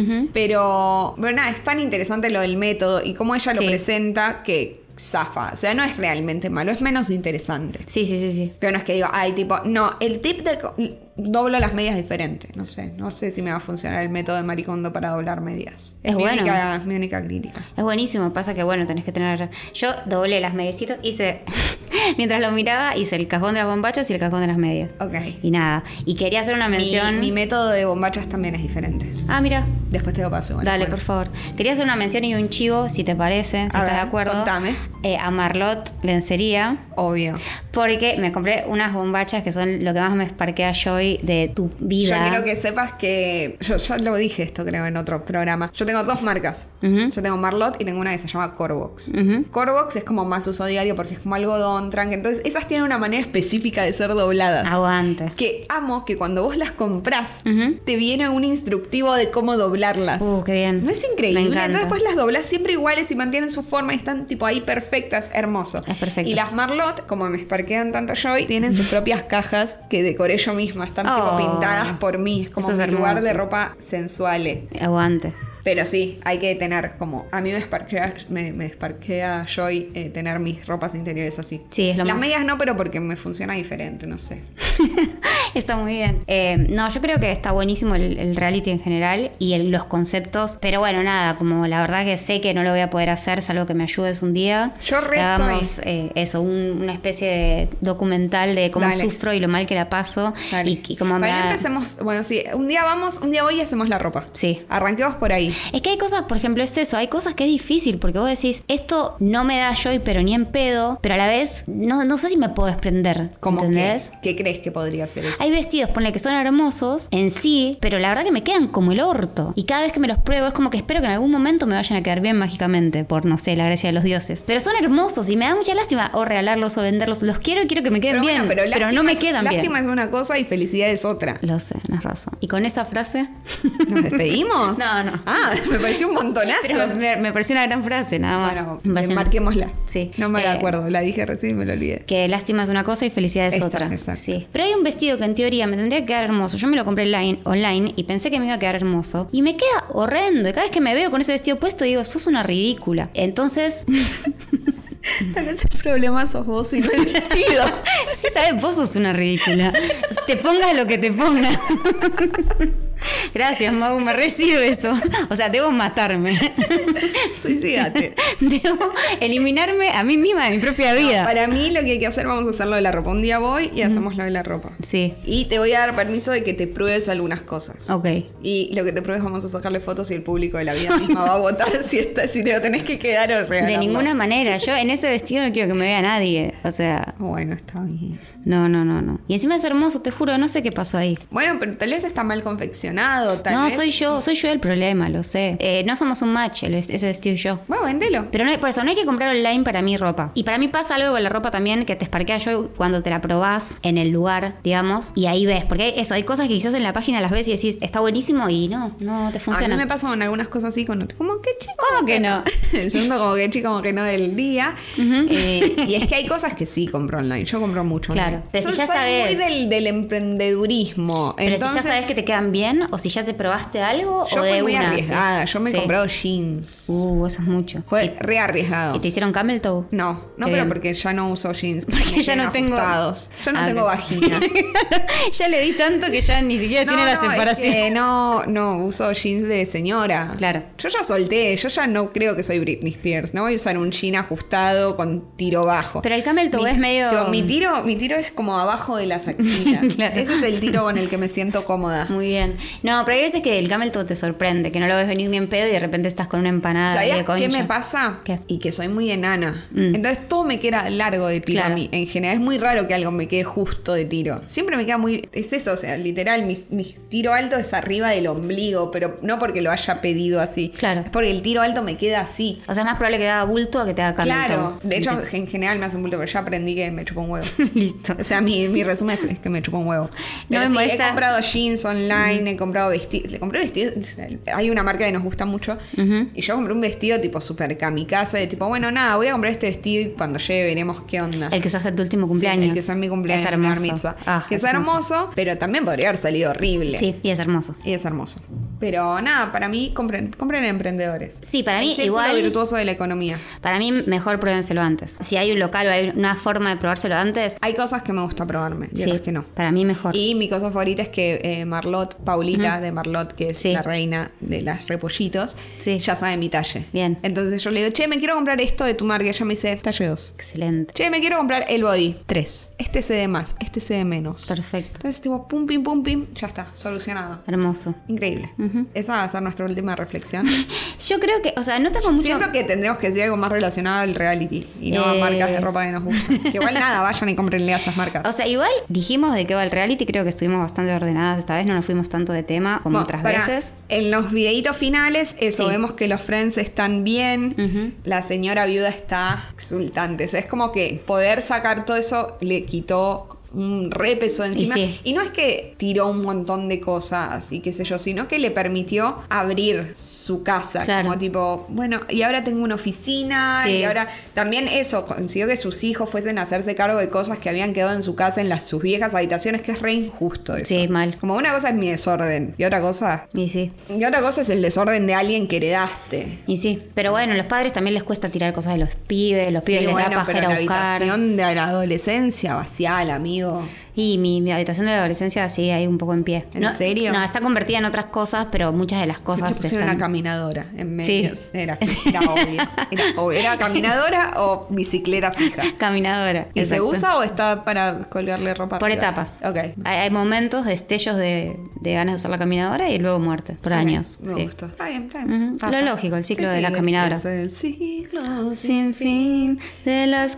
pero, pero nada, es tan interesante lo del método y cómo ella lo Sí. presenta que zafa. O sea, no es realmente malo, es menos interesante. Sí, sí, sí, sí. Pero no es que digo, ay, tipo, no, el tip de co- doblo las medias diferentes. No sé, no sé si me va a funcionar el método de maricondo para doblar medias. Es, Es mi, bueno. única, es mi única crítica. Es buenísimo, pasa que bueno, tenés que tener. Yo doblé las mediecitas, hice. Mientras lo miraba, hice el cajón de las bombachas y el cajón de las medias. Ok. Y nada. Y quería hacer una Mi, mención. mi método de bombachas también es diferente. Ah, mira. Después te lo paso. igual. Dale, Bueno. por favor. Quería hacer una mención y un chivo, si te parece, si estás ver, de acuerdo. contame. Eh, a Marlot Lencería. Obvio. Porque me compré unas bombachas que son lo que más me esparquea Joy de tu vida. Yo quiero que sepas que. Yo ya lo dije esto, creo, en otro programa. Yo tengo dos marcas. Yo tengo Marlot y tengo una que se llama Corvox. Corvox es como más uso diario porque es como algodón, tranque. Entonces, esas tienen una manera específica de ser dobladas. Ah, Aguante. Que amo que cuando vos las comprás, te viene un instructivo de cómo doblarlas. Uh, qué bien. ¿No es increíble? Me encanta. Entonces, después las doblas siempre iguales y mantienen su forma y están tipo ahí perfectas, hermoso. Es perfecto. Y las Marlot, como me esparquean tanto yo hoy, tienen sus propias cajas que decoré yo misma. Están tipo Oh. pintadas por mí. Es como Eso es mi lugar hermoso. de ropa sensual. Aguante. Pero sí, hay que tener como. A mí me esparquea, me, me esparquea Joy eh, tener mis ropas interiores así. Sí, es lo Las más. medias no, pero porque me funciona diferente, no sé. Está muy bien. Eh, no, yo creo que está buenísimo el, el reality en general y el- los conceptos. Pero bueno, nada, como la verdad que sé que no lo voy a poder hacer, salvo que me ayudes un día. Yo re Que Hagamos eh, eso, un- una especie de documental de cómo Dale. sufro y lo mal que la paso. Dale. Y, y cómo me Para mí da- empecemos. Bueno, sí, un día vamos, un día voy y hacemos la ropa. Sí. Arranquemos por ahí. Es que hay cosas, por ejemplo, es eso, hay cosas que es difícil, porque vos decís, esto no me da joy, pero ni en pedo, pero a la vez no, no sé si me puedo desprender, Como ¿entendés? Que, ¿Qué crees que podría ser eso? Hay vestidos, ponle que son hermosos en sí, pero la verdad que me quedan como el orto. Y cada vez que me los pruebo es como que espero que en algún momento me vayan a quedar bien mágicamente, por no sé, la gracia de los dioses. Pero son hermosos y me da mucha lástima o regalarlos o venderlos. Los quiero y quiero que me queden pero bien, bueno, pero, pero lástima no me es- quedan bien. Lástima es una cosa y felicidad es otra. Lo sé, tenés razón. Y con esa frase... ¿Nos despedimos? No, no. Ah, me pareció un Pero montonazo. me, me pareció una gran frase, nada más. Bueno, Me pareció una- marquémosla. Sí. No me la Eh, acuerdo, la dije recién y me lo olvidé. Que lástima es una cosa y felicidad es Esta, otra. exacto. Sí. Pero hay un vestido que en teoría me tendría que quedar hermoso. Yo me lo compré online, online y pensé que me iba a quedar hermoso. Y me queda horrendo. Y cada vez que me veo con ese vestido puesto digo, sos una ridícula. Entonces, Tal vez el problema sos vos y no el vestido. sí, sabes, vos sos una ridícula. Te pongas lo que te pongas. Gracias, Mau, me recibe eso. O sea, debo matarme. Suicídate. Debo eliminarme a mí misma de mi propia vida. Para mí lo que hay que hacer, vamos a hacer lo de la ropa. Un día voy y hacemos lo de la ropa. Sí, Y te voy a dar permiso de que te pruebes algunas cosas. ok. Y lo que te pruebes vamos a sacarle fotos y el público de la vida misma va a votar si, está, si te lo tenés que quedar o regalar. De ninguna manera. Yo en ese vestido no quiero que me vea nadie. O sea, Bueno, está bien. no, no, no, no. Y encima es hermoso, te juro, no sé qué pasó ahí. Bueno, pero tal vez está mal confeccionado, tal no, vez. soy yo, soy yo el problema, lo sé. Eh, no somos un match, el- ese vestido y yo. Bueno, vendelo. Pero no hay, por eso no hay que comprar online para mi ropa. Y para mí pasa algo con la ropa también que te esparquea yo cuando te la probás en el lugar, digamos, y ahí ves. Porque hay- eso, hay cosas que quizás en la página las ves y decís, está buenísimo y no, no te A funciona. mí me pasa con algunas cosas así, con como que chico. ¿Cómo que no? El segundo como que chico, como que no del día. Eh, y es que hay cosas que sí compro online. Yo compro mucho Claro, online. pero si Soy- ya soy sabes. muy del, del emprendedurismo. Pero Entonces, si ya sabes que te quedan bien, o si ya te probaste algo, Yo o de fui muy una, arriesgada. sí. Yo me he Sí. comprado jeans. Uh, eso es mucho. Fue re arriesgado. ¿Y te hicieron camel toe? No, no, Qué pero bien. porque ya no uso jeans. Porque me ya no quedan tengo. ajustados. Yo no Ah, tengo ok. vagina. ya le di tanto que ya ni siquiera tiene la es separación. que no, no, uso jeans de señora. Claro. Yo ya solté, yo ya no creo que soy Britney Spears. No voy a usar un jean ajustado con tiro bajo. Pero el camel toe Mi- es medio- digo, mi, tiro, mi tiro es como abajo de las axilas. Claro. Ese es el tiro con el que me siento cómoda. Muy bien. No, pero hay veces que el camel toe te sorprende, que no lo ves venir ni en pedo y de repente estás con una empanada de ¿Sabías concha. qué me pasa? ¿Qué? Mm. Y que soy muy enana. Entonces todo me queda largo de tiro Claro. a mí. En general es muy raro que algo me quede justo de tiro. Siempre me queda muy... Es eso, o sea, literal, mi, mi tiro alto es arriba del ombligo, pero no porque lo haya pedido así. Claro. Es porque el tiro alto me queda así. O sea, es más probable que te haga bulto a que te haga camel Claro. toe. De hecho, en general me hacen bulto, pero ya aprendí que me chupa un huevo. Listo. O sea, mi, mi resumen es, es que me chupa un huevo. Pero me sí, He molesta- comprado jeans online, he comprado vestido. Le compré vestido. Hay una marca que nos gusta mucho. Y yo compré un vestido tipo super kamikaze. De tipo, bueno, nada, voy a comprar este vestido y cuando llegue veremos qué onda. El que usaste en tu último Sí, cumpleaños. el que es en mi cumpleaños. Es mi bar hermoso. mitzvah. Ah, que es hermoso. hermoso, pero también podría haber salido horrible. Sí, y es hermoso. Y es hermoso. Pero nada, para mí compren, compren emprendedores. Sí, para mí El círculo igual- virtuoso de la economía. Para mí, mejor pruébenselo antes. Si hay un local o hay una forma de probárselo antes, Hay cosas que me gusta probarme y sí, otras que no. para mí mejor. Y mi cosa favorita es que eh, Marlot, Paulita de Marlot, que es Sí. la reina de las repollitos, Sí. ya sabe mi talle. Bien. Entonces yo le digo, che, me quiero comprar esto de tu marca. Y Ella me dice, talle 2. Excelente. Che, me quiero comprar el body. 3. Este se de más, este se de menos. Perfecto. Entonces, tipo, pum, pim, pum, pim, ya está, solucionado. Hermoso. Increíble. Esa va a ser nuestra última reflexión. Yo creo que, o sea, no tengo mucho. Siento que tendremos que decir algo más relacionado al reality y no a Eh. marcas de ropa que nos gustan. Que igual nada, vayan y comprenle a esas marcas. O sea, igual dijimos de qué va el reality, creo que estuvimos bastante ordenadas esta vez, no nos fuimos tanto de tema como Bueno, otras pará. veces. En los videitos finales, eso, Sí. vemos que los friends están bien, la señora viuda está exultante. O sea, es como que poder sacar todo eso le quitó un repeso encima. Y, sí. no es que tiró un montón de cosas y qué sé yo, sino que le permitió abrir su casa. Claro. Como tipo, bueno, y ahora tengo una oficina, Sí. y ahora también eso, consiguió que sus hijos fuesen a hacerse cargo de cosas que habían quedado en su casa, en las, sus viejas habitaciones, que es re injusto eso. Sí, mal. Como una cosa es mi desorden y otra cosa. Y sí. Y otra cosa es el desorden de alguien que heredaste. Y sí, pero bueno, a los padres también les cuesta tirar cosas de los pibes, los pibes Sí, les bueno, da pajera pero la buscar. habitación de la adolescencia vacial, amigo. Y mi, mi habitación de la adolescencia sí, ahí un poco en pie. ¿En No- serio? No, está convertida en otras cosas, pero muchas de las Te cosas pusieron están... una caminadora en Sí. medio. Era, era obvio. Era, obvio. Era caminadora o bicicleta fija. caminadora. ¿Y se exacto. usa o está para colgarle ropa? Por arriba? etapas. Ok. Hay, hay momentos, destellos de, de ganas de usar la caminadora y luego muerte, por años. Me sí. gustó. Está bien, está Ujú. bien. Pasa. Lo lógico, el ciclo Sí, de sí, la es- caminadora. es el ciclo Sin fin de las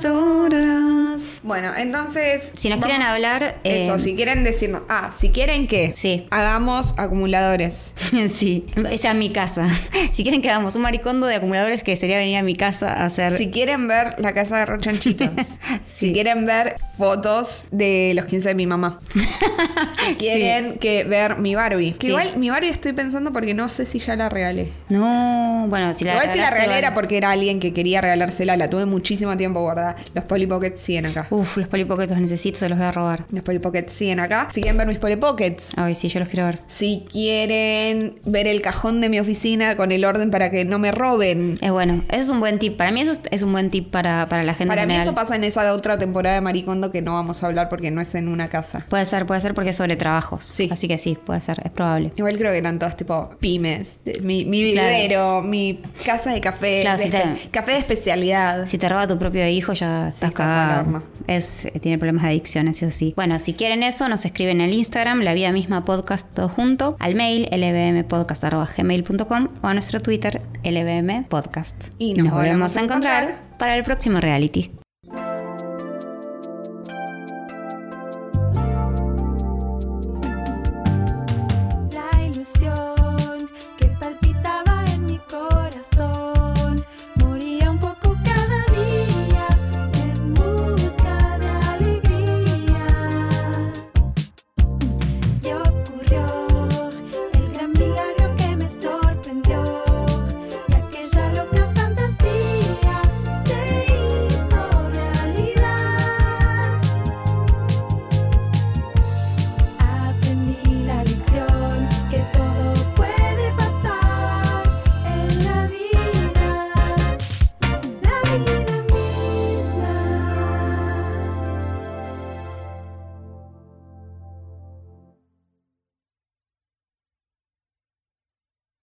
caminadoras. Bueno, entonces. Si nos vamos- quieren hablar. eh, Eso, si quieren decirnos. Ah, si quieren que Sí. hagamos acumuladores. Sí, es a mi casa. Si quieren que hagamos un maricondo de acumuladores, que sería venir a mi casa a hacer. Si quieren ver la casa de Rochanchitos. Sí. Si quieren ver fotos de los 15 de mi mamá. Si quieren que ver mi Barbie. Que Sí. igual mi Barbie estoy pensando porque no sé si ya la regalé. No, bueno, si la igual si la regalaste, regalé vale. era porque era alguien que quería regalársela. La tuve muchísimo tiempo guardada. Los Polly Pockets siguen acá. Uf, los polipoquetos los necesito, se los voy a robar. Los Polly Pockets siguen acá. Si quieren ver mis Polly Pockets. Ay, sí, yo los quiero ver. Si quieren ver el cajón de mi oficina con el orden para que no me roben. Es Eh, bueno, eso es un buen tip. Para mí, eso es- es un buen tip para, para la gente. Para en mí eso general. pasa en esa otra temporada de Maricondo que no vamos a hablar porque no es en una casa. Puede ser, puede ser porque es sobre trabajos. Sí. Así que sí, puede ser, es probable. Igual creo que eran todas tipo pymes. de- Mi, mi Claro. vivero, mi casa de café. Claro, de si te- espe- Café de especialidad. Si te roba tu propio hijo, ya estás estás cagado. alarma. Es, eh, tiene problemas de adicción, eso sí. Bueno, si quieren eso, nos escriben al Instagram, la vida misma podcast todo junto, al mail lbmpodcast.gmail.com o a nuestro Twitter lbmpodcast. Y nos volvemos a para el próximo reality.